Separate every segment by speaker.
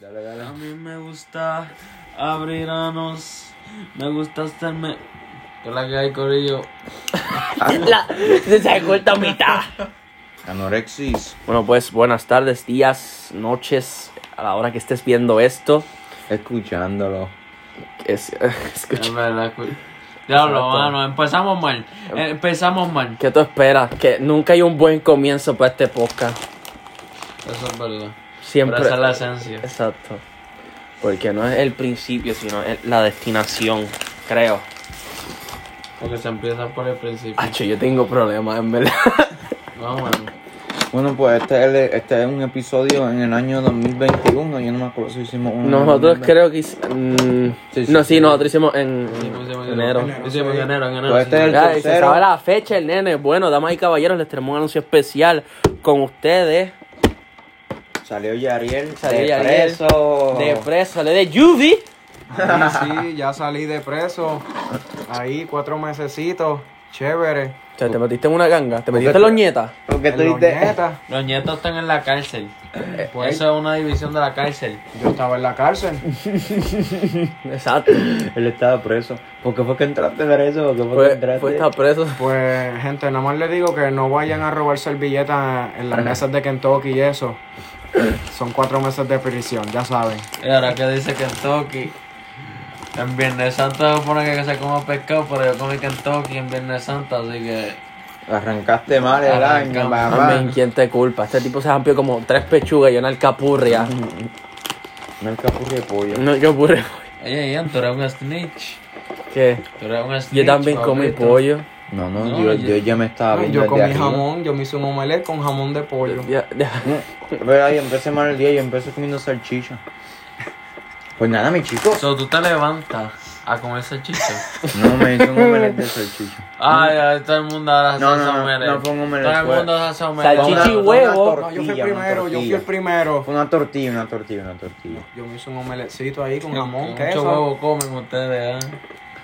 Speaker 1: Dale, dale.
Speaker 2: A mí me gusta abrir anos. Me gusta hacerme. Que la que hay, Corillo.
Speaker 3: La- se sacó esta mitad.
Speaker 1: Anorexis.
Speaker 3: Bueno, pues buenas tardes, días, noches, a la hora que estés viendo esto.
Speaker 1: Escuchándolo.
Speaker 3: Es, escucha,
Speaker 2: Es verdad, cu- Diablo,
Speaker 3: Exacto.
Speaker 2: mano, empezamos mal. Eh, Empezamos mal.
Speaker 3: ¿Qué tú esperas? Que nunca hay un buen comienzo para este podcast.
Speaker 2: Eso es verdad. Pero
Speaker 3: Siempre.
Speaker 2: esa es la esencia.
Speaker 3: Exacto. Porque no es el principio, sino es la destinación, creo.
Speaker 2: Porque se empieza por el principio.
Speaker 3: Hacho, yo tengo problemas, en verdad.
Speaker 2: No, mano.
Speaker 1: Bueno, pues este es, el- este es un episodio en el año 2021. Yo no me acuerdo si hicimos
Speaker 3: Mm.
Speaker 1: uno. en el
Speaker 3: Nosotros
Speaker 1: 2020.
Speaker 3: creo que hic- mm,
Speaker 1: Sí, sí,
Speaker 3: No, sí,
Speaker 1: sí.
Speaker 3: nosotros hicimos en enero.
Speaker 2: Hicimos en enero, en enero.
Speaker 1: Pues este
Speaker 2: sí.
Speaker 1: es el-
Speaker 3: Ay, se
Speaker 1: tercero.
Speaker 3: sabe la fecha, el nene. Bueno, damas y caballeros, les tenemos un anuncio especial con ustedes.
Speaker 1: Salió Yariel.
Speaker 3: Salió
Speaker 1: de
Speaker 3: Yariel.
Speaker 1: preso.
Speaker 3: De preso, le de Judy.
Speaker 4: Sí, sí, ya salí de preso. Ahí, cuatro mesecitos. Chévere.
Speaker 3: O sea, te metiste en una ganga, te metiste
Speaker 1: qué?
Speaker 3: en los nietas.
Speaker 1: Porque
Speaker 4: En
Speaker 1: tú dices.
Speaker 4: Loñeta,
Speaker 2: Los nietos están en la cárcel. Eh,
Speaker 4: pues.
Speaker 2: Eso es una división de la cárcel.
Speaker 4: Yo estaba en la cárcel.
Speaker 3: Exacto.
Speaker 1: Él estaba preso. ¿Por qué fue que entraste preso? ¿Por qué fue que
Speaker 3: Fue,
Speaker 1: entraste?
Speaker 3: fue estar preso.
Speaker 4: Pues, gente, nada más le digo que no vayan a robar servilletas en las mesas de Kentucky y eso. Son cuatro meses de prisión, ya saben.
Speaker 2: Y ahora que dice Kentucky. En Viernes Santo se supone que se coma pescado, pero yo comí Kentucky en Viernes Santo, así que.
Speaker 1: Arrancaste mal el año,
Speaker 2: Arrancamos.
Speaker 1: papá.
Speaker 3: Amén, ¿quién te culpa? Este tipo se amplió como tres pechugas y una alcapurria.
Speaker 1: No el capurri de pollo.
Speaker 3: No, yo purre.
Speaker 2: Oye, Ian, tú eres un snitch.
Speaker 3: ¿Qué?
Speaker 2: Tú eres un snitch.
Speaker 3: Yo también comí
Speaker 2: papito.
Speaker 3: pollo.
Speaker 1: No, no,
Speaker 2: No,
Speaker 1: yo,
Speaker 2: yo-
Speaker 1: yo ya me estaba viendo.
Speaker 4: Yo
Speaker 1: Ah, desde
Speaker 4: comí
Speaker 1: aquí.
Speaker 4: jamón, yo me hice un omelette con jamón de pollo.
Speaker 3: Ya- ya.
Speaker 1: Pero ahí empecé mal el día y empecé comiendo salchicha. Pues nada, mi chico.
Speaker 2: So, tú te levantas a comer salchicha.
Speaker 1: No me hizo un omelette de salchicha.
Speaker 2: Ay, ay, todo el mundo ahora hace
Speaker 1: No, no, no,
Speaker 2: omelette.
Speaker 1: no fue un omelette,
Speaker 2: Todo el
Speaker 1: fue-
Speaker 2: mundo hace omelette.
Speaker 1: Fue
Speaker 3: Salchichi
Speaker 1: fue
Speaker 3: huevo.
Speaker 1: tortilla,
Speaker 4: No, yo fui el
Speaker 1: una
Speaker 4: primero, yo fui
Speaker 1: tortilla.
Speaker 4: el primero.
Speaker 1: Fue una tortilla, una tortilla, una tortilla.
Speaker 4: Yo me hice un omeletcito ahí con
Speaker 2: Una-
Speaker 4: jamón,
Speaker 2: Mucho
Speaker 4: queso.
Speaker 2: huevo comen ustedes, ¿eh?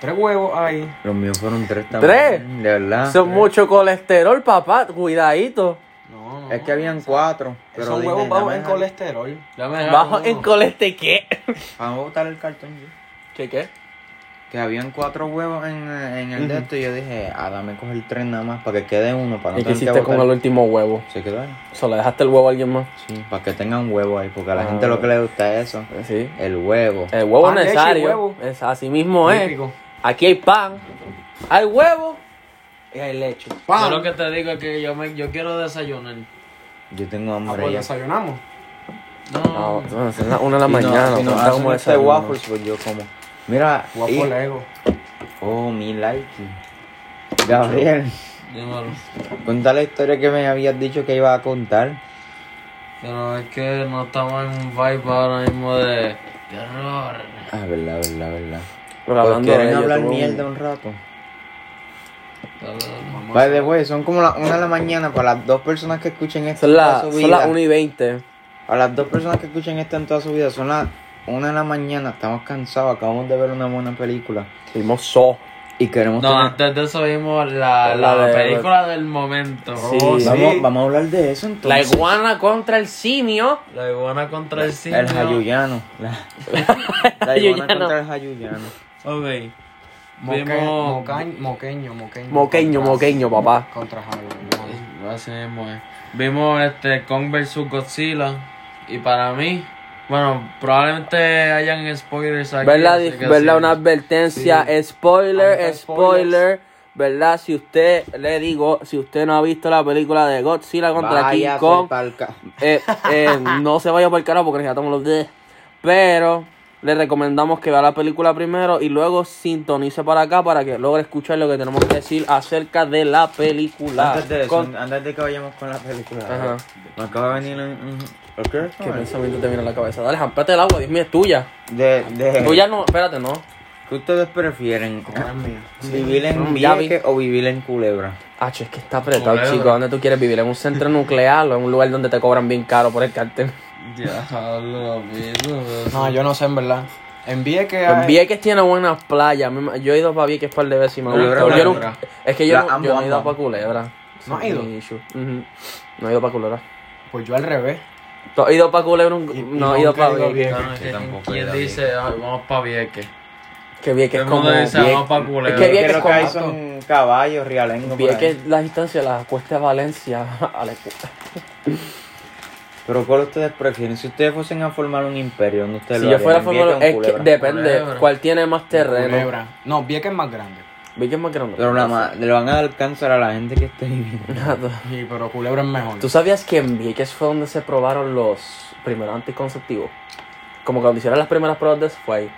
Speaker 4: Tres huevos ahí.
Speaker 1: Los míos fueron tres también.
Speaker 3: ¿Tres?
Speaker 1: De verdad.
Speaker 3: Son mucho colesterol, papá. Cuidadito.
Speaker 4: No, no.
Speaker 1: Es que habían cuatro. Pero
Speaker 4: Son
Speaker 1: dije,
Speaker 4: huevos
Speaker 1: nada
Speaker 4: bajos
Speaker 1: más
Speaker 4: en
Speaker 1: dejar-
Speaker 4: colesterol.
Speaker 2: Dame
Speaker 3: Bajo
Speaker 2: uno.
Speaker 3: en coleste, ¿qué?
Speaker 1: Vamos a botar el cartón yo.
Speaker 3: ¿Qué qué?
Speaker 1: Que habían cuatro huevos en, eh, en el de esto y yo dije, ah, dame coger tres nada más para que quede uno, para no
Speaker 3: ¿Y qué
Speaker 1: tener que
Speaker 3: hiciste con
Speaker 1: botar".
Speaker 3: el último huevo?
Speaker 1: Se quedó ahí.
Speaker 3: ¿Solo dejaste el huevo a alguien más?
Speaker 1: Sí, para que tengan un huevo ahí, porque a la
Speaker 3: Ah.
Speaker 1: gente lo que le gusta es eso.
Speaker 3: Eh, Sí.
Speaker 1: El huevo.
Speaker 3: El huevo
Speaker 4: Pan, leche y
Speaker 3: necesario.
Speaker 4: huevo.
Speaker 3: Es, así mismo es.
Speaker 4: Típico.
Speaker 3: Aquí hay pan, hay huevo y hay leche.
Speaker 2: Yo
Speaker 4: ¡Pam!
Speaker 2: lo que te digo es que yo, me, yo quiero desayunar.
Speaker 1: Yo tengo
Speaker 4: Ah,
Speaker 1: hambre
Speaker 4: pues
Speaker 1: ya.
Speaker 4: desayunamos.
Speaker 2: No,
Speaker 3: No, no, es la- una de la
Speaker 1: Si no-
Speaker 3: mañana.
Speaker 1: si no
Speaker 3: está
Speaker 1: hacen
Speaker 3: como
Speaker 1: este
Speaker 3: desayuno.
Speaker 1: waffles, pues yo como. Mira,
Speaker 4: Guapo
Speaker 1: y-
Speaker 4: Lego.
Speaker 1: oh, mi like. Gabriel,
Speaker 2: dímelo.
Speaker 1: cuenta la historia que me habías dicho que iba a contar.
Speaker 2: Pero es que no estamos en un vibe ahora mismo de terror.
Speaker 1: Ah, verdad, verdad, verdad.
Speaker 3: Pero
Speaker 1: Pues
Speaker 3: hablando de
Speaker 1: quieren
Speaker 3: ello,
Speaker 1: hablar
Speaker 3: tuvo un-
Speaker 1: mierda un rato.
Speaker 2: Terror.
Speaker 1: By the way, son como las 1 de la mañana para las dos personas que escuchen esto
Speaker 3: Son
Speaker 1: en toda
Speaker 3: las
Speaker 1: su
Speaker 3: son las
Speaker 1: vida.
Speaker 3: 1 y 20.
Speaker 1: A las dos personas que escuchen esto en toda su vida, son las 1 de la mañana, estamos cansados, acabamos de ver una buena película.
Speaker 3: Fuimos so.
Speaker 1: Y queremos
Speaker 2: No,
Speaker 1: tener-
Speaker 2: antes de eso vimos la,
Speaker 3: La
Speaker 2: la,
Speaker 3: de-
Speaker 2: película del momento.
Speaker 3: Sí.
Speaker 4: Oh, sí.
Speaker 1: Vamos, vamos a hablar de eso
Speaker 3: La
Speaker 1: entonces.
Speaker 3: iguana contra el simio.
Speaker 2: La iguana contra el cine.
Speaker 1: El Hayuyano. La, la iguana
Speaker 3: Hayuyano.
Speaker 1: contra el Hayuyano.
Speaker 2: Ok.
Speaker 4: Moque-
Speaker 2: Vimos-
Speaker 4: mocañ- moqueño, moqueño.
Speaker 3: Moqueño,
Speaker 4: Contra-
Speaker 3: moqueño, papá.
Speaker 4: Contra Javi.
Speaker 2: Así mismo es. Vimos este Kong vs Godzilla. Y para mí, bueno, probablemente hayan spoilers aquí.
Speaker 3: ¿Verdad?
Speaker 2: así
Speaker 3: Di-
Speaker 2: que
Speaker 3: ¿Verdad?
Speaker 2: sí.
Speaker 3: Una advertencia.
Speaker 4: Sí.
Speaker 3: Spoiler,
Speaker 4: Ahorita
Speaker 3: spoiler.
Speaker 4: spoilers.
Speaker 3: ¿Verdad? Si usted, le digo, si usted no ha visto la película de Godzilla contra King
Speaker 1: Váyase
Speaker 3: Kong,
Speaker 1: pues, pa'l ca-
Speaker 3: eh, eh, no se vaya por el carajo porque necesitamos los 10. Pero le recomendamos que vea la película primero y luego sintonice para acá para que logre escuchar lo que tenemos que decir acerca de la película.
Speaker 1: Antes de eso,
Speaker 3: Con-
Speaker 1: antes de que vayamos con la película. eh,
Speaker 3: Ajá.
Speaker 1: Me acaba de venir un... un- ¿Por qué?
Speaker 3: ¿Qué pensamiento te viene a la cabeza? Dale, jampate el agua, Dios mío, es tuya.
Speaker 1: De, de,
Speaker 3: Tuya no, espérate, no.
Speaker 1: ¿Qué ustedes prefieren? Ah, ¿Vivir en
Speaker 3: Mm, Ya vi.
Speaker 1: Vieques o vivir en Culebra?
Speaker 3: Ah, es que está apretado,
Speaker 2: Culebra.
Speaker 3: chico. ¿Dónde tú quieres vivir? ¿En un centro nuclear o en un lugar donde te cobran bien caro por el cartel?
Speaker 2: Diablo, amigo.
Speaker 4: No, yo no sé, en verdad. En Vieques hay-
Speaker 3: En Vieques tiene buenas playas. A mí me- Yo he ido para Vieques par de veces y me
Speaker 1: Culebra,
Speaker 3: gustó. Yo
Speaker 2: Culebra.
Speaker 3: nunca- es que yo,
Speaker 1: La
Speaker 3: no-
Speaker 1: amo,
Speaker 3: yo no he ido
Speaker 1: amo.
Speaker 3: para Culebra.
Speaker 4: ¿No has
Speaker 3: Sí,
Speaker 4: ido?
Speaker 3: Ujú. No he ido para Culebra.
Speaker 4: Pues yo al revés.
Speaker 3: ¿Tú has ido para Culebro?
Speaker 4: Y- y
Speaker 3: No, he ido
Speaker 4: nunca
Speaker 3: para
Speaker 4: he ido a
Speaker 3: Vieques.
Speaker 2: Claro, es
Speaker 1: Yo
Speaker 2: que
Speaker 1: tampoco he
Speaker 2: ¿Quién
Speaker 1: ido a
Speaker 2: dice, "Ay, vamos para Vieques?
Speaker 3: Que
Speaker 2: Todo
Speaker 3: Vieques es
Speaker 2: el
Speaker 3: como...
Speaker 2: mundo dice,
Speaker 3: Vie-
Speaker 2: vamos para Culebra.
Speaker 3: Es que
Speaker 1: Que
Speaker 3: Vieques
Speaker 1: lo
Speaker 3: es
Speaker 1: que hay
Speaker 3: como...
Speaker 1: son caballos, rialengos. por ahí.
Speaker 3: Vieques, la distancia la cuesta de Valencia a la escuela.
Speaker 1: Pero ¿cuál ustedes prefieren? Si ustedes fuesen a formar un imperio, ¿dónde ustedes
Speaker 3: Si
Speaker 1: lo
Speaker 3: yo fuera a
Speaker 1: harían?
Speaker 3: formar...
Speaker 1: ¿Vieques
Speaker 3: Es
Speaker 1: o
Speaker 3: que
Speaker 1: Culebra?
Speaker 3: depende.
Speaker 2: Culebra.
Speaker 3: ¿Cuál tiene más terreno?
Speaker 4: Culebra. No, Vieques es más grande.
Speaker 3: Vieques es más grande.
Speaker 1: Pero la ma- le van a alcanzar a la gente que esté viviendo.
Speaker 3: Nada.
Speaker 4: Sí, pero Culebra es mejor.
Speaker 3: ¿Tú sabías que en Vieques fue donde se probaron los primeros anticonceptivos? Como cuando hicieron las primeras pruebas de eso, fue ahí.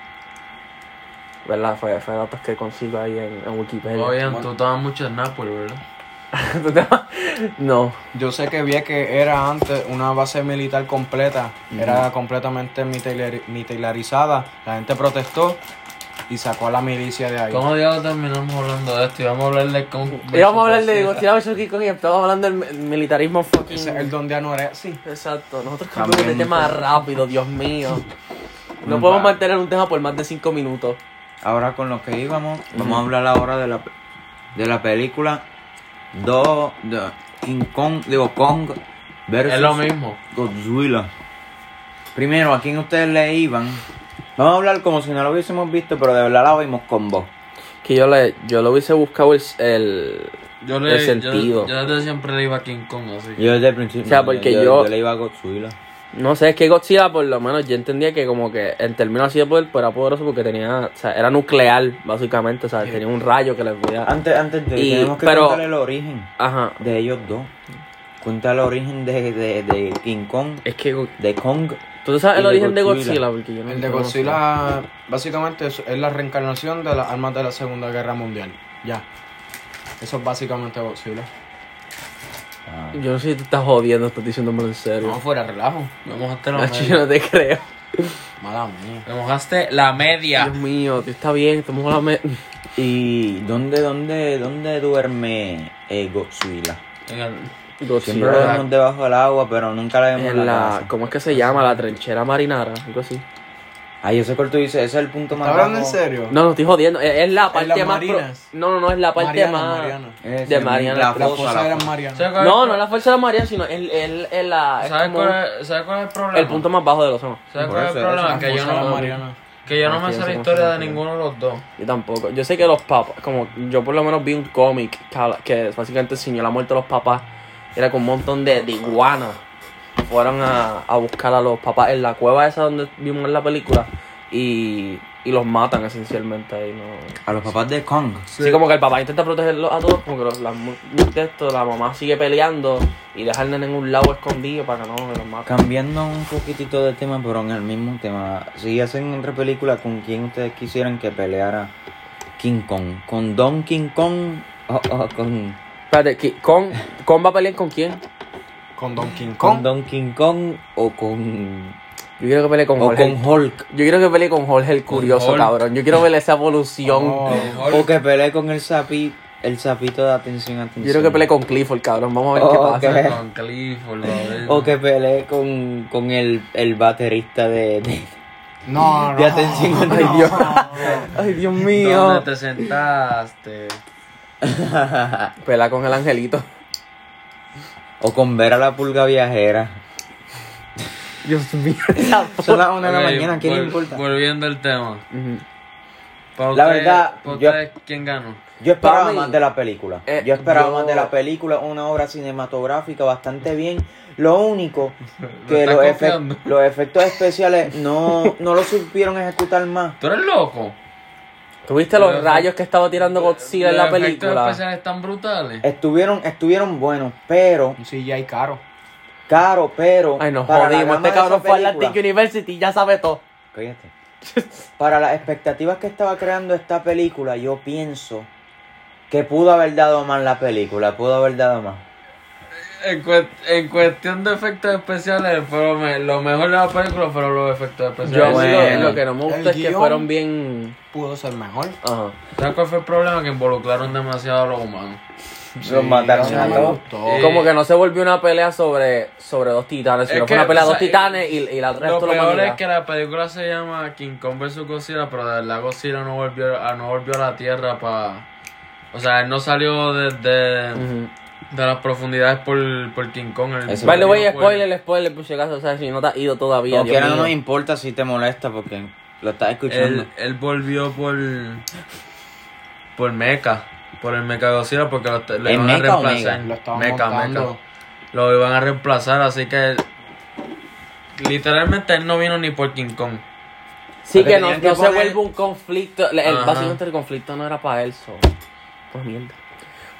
Speaker 3: ¿Verdad? Fue, fue datos que consigo ahí en, en Wikipedia.
Speaker 1: Oh,
Speaker 2: Oigan, tú tomas mucho en Nápoles, ¿verdad?
Speaker 3: ¿Tú te vas? no.
Speaker 4: Yo sé que Vieques era antes una base militar completa, era completamente mitileri- militarizada. La gente protestó y sacó a la milicia de ahí.
Speaker 2: ¿Cómo diablos terminamos hablando de esto? Y vamos a hablar de Kong.
Speaker 3: Íbamos a hablar de Gustavo Shokiko y estamos hablando del mi- militarismo fucking.
Speaker 4: Ese es el donde anorexia.
Speaker 3: Exacto, nosotros
Speaker 1: También
Speaker 3: cambiamos de
Speaker 1: mucho.
Speaker 3: tema rápido, Dios mío. No
Speaker 1: Mm,
Speaker 3: podemos
Speaker 1: va.
Speaker 3: mantener un tema por más de 5 minutos.
Speaker 1: Ahora con lo que íbamos, vamos a hablar ahora de la, de la película Do, de King Kong, digo Kong versus
Speaker 2: Es lo mismo.
Speaker 1: Godzilla. Primero, ¿a quién ustedes le iban? Vamos a hablar como si no lo hubiésemos visto, pero de verdad la vimos con vos.
Speaker 3: Que yo le, yo lo hubiese buscado el, el-
Speaker 2: Yo
Speaker 3: el
Speaker 2: le,
Speaker 3: sentido.
Speaker 2: Yo, yo desde siempre le iba a King Kong así.
Speaker 1: Yo desde el principio.
Speaker 3: O sea, porque yo-
Speaker 1: yo le iba a Godzilla.
Speaker 3: No sé, es que Godzilla por lo menos yo entendía que como que en términos así de poder pues, era poderoso porque tenía, o sea, era nuclear básicamente, o sea, tenía un rayo que le podía...
Speaker 1: Antes, antes de
Speaker 3: Y-
Speaker 1: tenemos que
Speaker 3: pero-
Speaker 1: contar el origen
Speaker 3: Ajá,
Speaker 1: de ellos dos. Cuenta el origen de, de, de King Kong,
Speaker 3: es que... Go-
Speaker 1: de Kong.
Speaker 3: ¿Tú sabes el
Speaker 1: Y de
Speaker 3: origen de
Speaker 1: Godzilla.
Speaker 3: Godzilla? Porque yo no
Speaker 4: El de
Speaker 3: yo no sé.
Speaker 4: Godzilla básicamente es, es la reencarnación de las armas de la Segunda Guerra Mundial. Ya. Eso es básicamente Godzilla.
Speaker 1: Ah.
Speaker 3: Yo no sé si te estás jodiendo, estás diciéndome en
Speaker 4: No,
Speaker 3: serio.
Speaker 4: fuera relajo.
Speaker 2: Me mojaste la
Speaker 3: Nacho, yo
Speaker 2: media.
Speaker 3: no te creo.
Speaker 4: Mala mía.
Speaker 2: Me mojaste la media.
Speaker 3: Dios mío, tío, está bien, estamos a la me-
Speaker 1: ¿Y dónde, dónde, dónde duerme eh, Godzilla?
Speaker 2: En el-
Speaker 1: Siempre
Speaker 3: Godzilla.
Speaker 1: lo vemos debajo del agua, pero nunca la vemos en la, casa.
Speaker 3: ¿Cómo es que se llama? La trinchera marinara, algo así.
Speaker 1: Ah, yo sé cuál tú dices, ese es el punto más
Speaker 4: ¿Estás hablando en
Speaker 1: bajo.
Speaker 4: serio?
Speaker 3: No, no estoy jodiendo. Es, es la
Speaker 4: En
Speaker 3: parte
Speaker 4: las
Speaker 3: más. pro-
Speaker 4: Marinas.
Speaker 3: No, no, no, es la parte
Speaker 4: Mariana,
Speaker 3: más.
Speaker 4: Mariana.
Speaker 1: Ese,
Speaker 3: De Mariana.
Speaker 1: La
Speaker 4: La
Speaker 1: fosa,
Speaker 4: fosa
Speaker 1: la
Speaker 4: era
Speaker 1: fosa.
Speaker 4: Mariana.
Speaker 2: ¿Sabes cuál es
Speaker 3: No,
Speaker 2: el-
Speaker 3: no es la fuerza de la Mariana, sino el, el, el- la. es
Speaker 2: ¿Sabes
Speaker 3: como-
Speaker 2: cuál, es, ¿Sabes cuál es el problema?
Speaker 3: El punto más bajo del océano.
Speaker 2: ¿Sabes
Speaker 1: Por
Speaker 2: cuál es
Speaker 1: eso,
Speaker 2: el
Speaker 1: eso,
Speaker 2: problema?
Speaker 1: la
Speaker 2: Que yo
Speaker 4: Fosa de
Speaker 2: no,
Speaker 4: Mariana.
Speaker 2: que yo no
Speaker 3: Ah,
Speaker 2: me
Speaker 3: sí,
Speaker 2: sé
Speaker 3: eso
Speaker 2: la
Speaker 3: no
Speaker 2: historia
Speaker 3: se
Speaker 2: de
Speaker 3: entiende.
Speaker 2: ninguno de los dos.
Speaker 3: Yo tampoco. Yo sé que los papás, como yo por lo menos vi un cómic que- que básicamente enseñó la muerte de los papás. Era con un montón de, de iguanas. Fueron a, a buscar a los papás en la cueva esa donde vimos en la película. Y, y los matan esencialmente ahí, ¿no?
Speaker 1: A los papás de Kong.
Speaker 3: Sí. como que el papá intenta protegerlos a todos, como que los, las mu- textos, la mamá sigue peleando y deja al nene en un lado escondido para que no que los maten.
Speaker 1: Cambiando un poquitito de tema, pero en el mismo tema. Si hacen otra película, ¿con quién ustedes quisieran que peleara King Kong? ¿Con Don King Kong o, o con,
Speaker 3: Espérate, ¿qui- ¿con, ¿con va a pelear con quién?
Speaker 4: Con Don King
Speaker 1: con
Speaker 4: Kong.
Speaker 1: Don King Kong o con,
Speaker 3: Yo quiero que pelee con
Speaker 1: o
Speaker 3: Jorge.
Speaker 1: con Hulk?
Speaker 3: Yo quiero que pelee con Jorge el curioso,
Speaker 2: Jorge.
Speaker 3: cabrón. Yo quiero ver esa evolución.
Speaker 4: Oh.
Speaker 1: O que pelee con el sapi, el sapito de atención, atención.
Speaker 3: Yo quiero que pelee con Clifford, cabrón. Vamos a ver
Speaker 1: Oh,
Speaker 3: qué pasa.
Speaker 1: ok.
Speaker 2: Con Clifford, lo-
Speaker 1: O que pelee con, con el, el baterista de, de,
Speaker 4: No, no.
Speaker 1: de atención, atención.
Speaker 3: Dios. Ay, Dios mío.
Speaker 2: ¿Dónde te sentaste?
Speaker 3: Pelea con el angelito.
Speaker 1: O con ver a la pulga viajera.
Speaker 3: Dios mío. esa
Speaker 1: Son las una de la
Speaker 2: Ok,
Speaker 1: mañana, ¿quién le
Speaker 2: vol-
Speaker 1: importa?
Speaker 2: Volviendo al tema.
Speaker 3: Ujú.
Speaker 2: Para
Speaker 1: La
Speaker 2: ustedes-
Speaker 1: verdad,
Speaker 2: para
Speaker 1: yo-
Speaker 2: ustedes, ¿quién ganó?
Speaker 1: Yo esperaba
Speaker 3: Para mí,
Speaker 1: más de la película.
Speaker 3: eh,
Speaker 1: yo esperaba
Speaker 3: yo-
Speaker 1: más de la película, una obra cinematográfica bastante bien. Lo único que
Speaker 2: estás
Speaker 1: los, efe-
Speaker 2: confiando.
Speaker 1: los efectos especiales no, no lo supieron ejecutar más.
Speaker 2: ¿Tú eres loco?
Speaker 3: ¿Tuviste los
Speaker 2: Pero-
Speaker 3: rayos que estaba tirando Godzilla en la
Speaker 2: Los efectos
Speaker 3: película?
Speaker 2: especiales están brutales.
Speaker 1: Estuvieron, estuvieron buenos, pero,
Speaker 4: Un CGI caro.
Speaker 1: caro, pero.
Speaker 3: Ay, nos
Speaker 1: para la
Speaker 3: jodimos.
Speaker 1: gama
Speaker 3: Este
Speaker 1: de esa
Speaker 3: cabrón fue a Atlantic
Speaker 1: película-
Speaker 3: University, ya sabe todo.
Speaker 1: Cállate. Para las expectativas que estaba creando esta película, yo pienso que pudo haber dado más la película, pudo haber dado más.
Speaker 2: En, cue- en cuestión de efectos especiales, pero lo mejor de la película fueron los efectos
Speaker 3: Yo
Speaker 2: especiales.
Speaker 1: Bueno.
Speaker 3: lo, lo que no me
Speaker 4: El
Speaker 3: gusta es que
Speaker 4: guión.
Speaker 3: fueron bien.
Speaker 4: Pudo ser mejor.
Speaker 3: Ajá.
Speaker 2: ¿Sabes cuál fue el problema? Que involucraron demasiado a los humanos.
Speaker 1: Los mataron
Speaker 4: eso
Speaker 1: a
Speaker 4: me
Speaker 1: todos.
Speaker 4: gustó.
Speaker 2: Sí.
Speaker 3: Como que no se volvió una pelea sobre, sobre dos titanes,
Speaker 2: Es
Speaker 3: sino
Speaker 2: que,
Speaker 3: fue una pelea
Speaker 2: o
Speaker 3: de dos
Speaker 2: sea,
Speaker 3: titanes y, y la otra
Speaker 2: Lo
Speaker 3: es toda la
Speaker 2: peor es
Speaker 3: humanidad.
Speaker 2: que la película se llama King Kong vs Godzilla, pero de verdad Godzilla no volvió a, no volvió a la Tierra para... O sea, él no salió desde...
Speaker 3: Ujú.
Speaker 2: De las profundidades por, por King Kong. El
Speaker 1: Eso
Speaker 3: By the
Speaker 1: lo
Speaker 3: way,
Speaker 2: no puede.
Speaker 3: spoiler, spoiler, por si acaso, o sea, si no te has ido todavía.
Speaker 1: Como
Speaker 3: Dios
Speaker 1: quiera, no
Speaker 3: mío.
Speaker 1: nos importa si te molesta porque lo estás escuchando.
Speaker 2: Él, él volvió por. por Mecha. Por el Mecha Godzilla porque lo, te- lo
Speaker 1: ¿Es
Speaker 2: iban a
Speaker 1: Mecha o
Speaker 2: reemplazar.
Speaker 1: Mega?
Speaker 4: Lo estaban
Speaker 2: Mecha,
Speaker 4: montando.
Speaker 2: Mecha. Lo iban a reemplazar, así que. Literalmente él no vino ni por King Kong.
Speaker 3: Sí,
Speaker 1: Porque
Speaker 3: que no,
Speaker 1: tenían que
Speaker 3: no se
Speaker 1: poner-
Speaker 3: vuelve un conflicto. Le- El,
Speaker 2: Ajá.
Speaker 3: básicamente el conflicto no era para él, so. Pues mierda.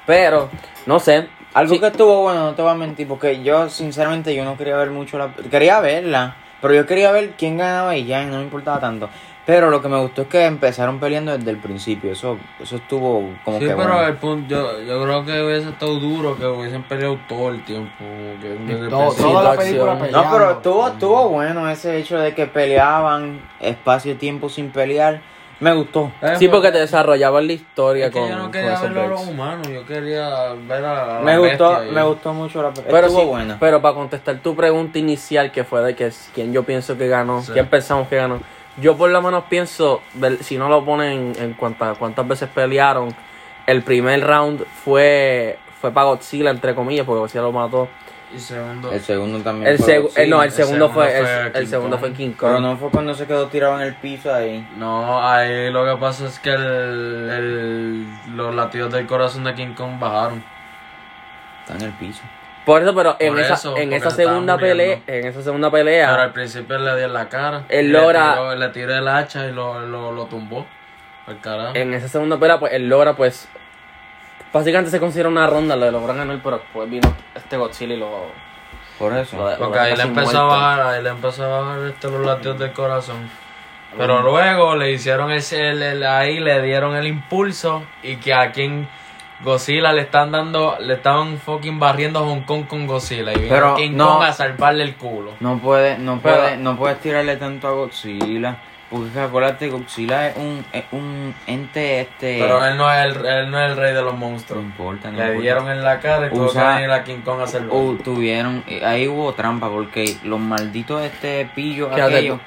Speaker 3: Pero, no sé.
Speaker 1: Algo
Speaker 3: sí,
Speaker 1: que estuvo bueno, no te voy a mentir, porque yo sinceramente yo no quería ver mucho la... Quería verla, pero yo quería ver quién ganaba y ya, y no me importaba tanto. Pero lo que me gustó es que empezaron peleando desde el principio, eso eso estuvo como
Speaker 2: Sí,
Speaker 1: que
Speaker 2: pero
Speaker 1: bueno.
Speaker 2: el punto, yo, yo creo que hubiese estado duro que hubiesen peleado todo el tiempo. como que desde el
Speaker 4: Todo-
Speaker 2: principio.
Speaker 4: toda
Speaker 3: la
Speaker 4: la película
Speaker 3: pues, acción.
Speaker 1: No,
Speaker 4: peleando.
Speaker 1: pero estuvo, estuvo bueno ese hecho de que peleaban espacio y tiempo sin pelear. Me gustó.
Speaker 2: Eh,
Speaker 3: sí, porque te desarrollaban la historia
Speaker 2: es que
Speaker 3: con,
Speaker 2: yo no
Speaker 3: con
Speaker 2: quería
Speaker 3: esos
Speaker 2: ver a los
Speaker 3: breaks.
Speaker 2: humanos, yo quería ver a la
Speaker 1: Me gustó,
Speaker 2: bestia y-
Speaker 1: me gustó mucho la película.
Speaker 3: Pero,
Speaker 1: Estuvo
Speaker 3: sí,
Speaker 1: buena.
Speaker 3: pero para contestar tu pregunta inicial, que fue de que s- quién yo pienso que ganó,
Speaker 2: Sí.
Speaker 3: quién pensamos que ganó. Yo por lo menos pienso, del- si no lo ponen en cuántas cuántas veces pelearon, el primer round fue fue para Godzilla, entre comillas, porque Godzilla lo mató.
Speaker 2: Y segundo,
Speaker 1: El segundo también
Speaker 3: El,
Speaker 1: fue
Speaker 3: segu-
Speaker 1: Godzilla.
Speaker 3: eh, no, el,
Speaker 2: el
Speaker 3: segundo,
Speaker 2: segundo
Speaker 3: fue,
Speaker 2: fue
Speaker 3: el,
Speaker 2: King
Speaker 3: el segundo
Speaker 2: Kong.
Speaker 3: fue King Kong.
Speaker 1: Pero no fue cuando se quedó tirado en el piso ahí.
Speaker 2: No, ahí lo que pasa es que el, el- los latidos del corazón de King Kong bajaron.
Speaker 1: Está en el piso.
Speaker 3: Por eso, pero en
Speaker 2: Por
Speaker 3: esa,
Speaker 2: eso,
Speaker 3: en
Speaker 2: porque
Speaker 3: esa
Speaker 2: se estaba
Speaker 3: segunda pelea,
Speaker 2: muriendo.
Speaker 3: en esa segunda
Speaker 2: Pero
Speaker 3: pelea,
Speaker 2: al principio le dio en la cara.
Speaker 3: Él
Speaker 2: y
Speaker 3: logra-
Speaker 2: Le tiró, le tiró el hacha y lo, lo, lo tumbó. Al carajo.
Speaker 3: en esa segunda pelea, pues él logra, pues, básicamente se considera una ronda, lo logran ganar, pero después vino este Godzilla y lo,
Speaker 1: Por eso.
Speaker 3: lo- lo
Speaker 2: Porque
Speaker 3: deja
Speaker 2: ahí le
Speaker 3: casi
Speaker 2: empezó a
Speaker 3: muerto.
Speaker 2: bajar, ahí le empezó a bajar este, los latidos del corazón. Pero luego le hicieron ese, el- el- ahí le dieron el impulso y que a King Godzilla le están dando, le estaban fucking barriendo a Hong Kong con Godzilla. Y vino
Speaker 1: Pero
Speaker 2: King
Speaker 1: no.
Speaker 2: Kong a salvarle el culo.
Speaker 1: No puedes, no
Speaker 3: Pero-
Speaker 1: puedes, no puedes tirarle tanto a Godzilla. Porque es que acuérdate, Godzilla es un, es un ente
Speaker 3: Eh,
Speaker 1: este.
Speaker 2: Pero él no, es el, él no es el rey de los
Speaker 1: no
Speaker 2: monstruos.
Speaker 3: Mm.
Speaker 1: importa, no
Speaker 2: Le
Speaker 1: importa.
Speaker 2: dieron en la cara y tuvo que
Speaker 1: Usa-
Speaker 2: venir a King Kong a salvarlo.
Speaker 1: Uh, tuvieron, eh, ahí hubo trampa porque los malditos este pillos
Speaker 3: Quédate
Speaker 1: aquellos
Speaker 3: tú.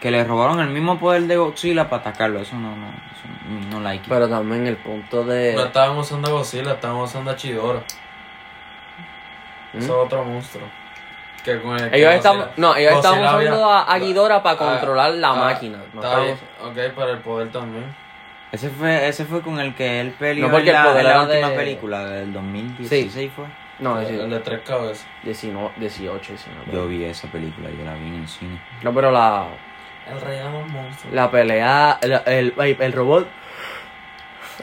Speaker 1: que le robaron el mismo poder de Godzilla para atacarlo. Eso no, no, eso no like. it.
Speaker 3: Pero también el punto
Speaker 2: No
Speaker 3: de...
Speaker 2: estaban usando a Godzilla, estaban usando a Chidora. Eso es otro monstruo. Que con el que
Speaker 3: Mm. Ellos
Speaker 2: Godzilla-
Speaker 3: estaban, no, ellos
Speaker 2: Godzilla
Speaker 3: estaban
Speaker 2: había-
Speaker 3: usando a Aguidora para
Speaker 2: Ah,
Speaker 3: controlar la
Speaker 2: ah,
Speaker 3: máquina. No,
Speaker 2: está bien,
Speaker 3: estaban-
Speaker 2: ok, para el poder también.
Speaker 1: Ese fue, ese fue con el que él peleó
Speaker 3: No, porque
Speaker 1: en
Speaker 3: el
Speaker 1: la,
Speaker 3: poder
Speaker 1: en la
Speaker 3: era
Speaker 1: última
Speaker 3: de-
Speaker 1: película del 2016 fue.
Speaker 3: no,
Speaker 2: el, el
Speaker 3: dieci-
Speaker 2: de tres cabezas.
Speaker 3: 19, 18, 19.
Speaker 1: Yo vi esa película, yo la vi en el cine.
Speaker 3: No, pero la,
Speaker 2: El rey de los monstruos.
Speaker 3: la pelea, el, el, el- el robot,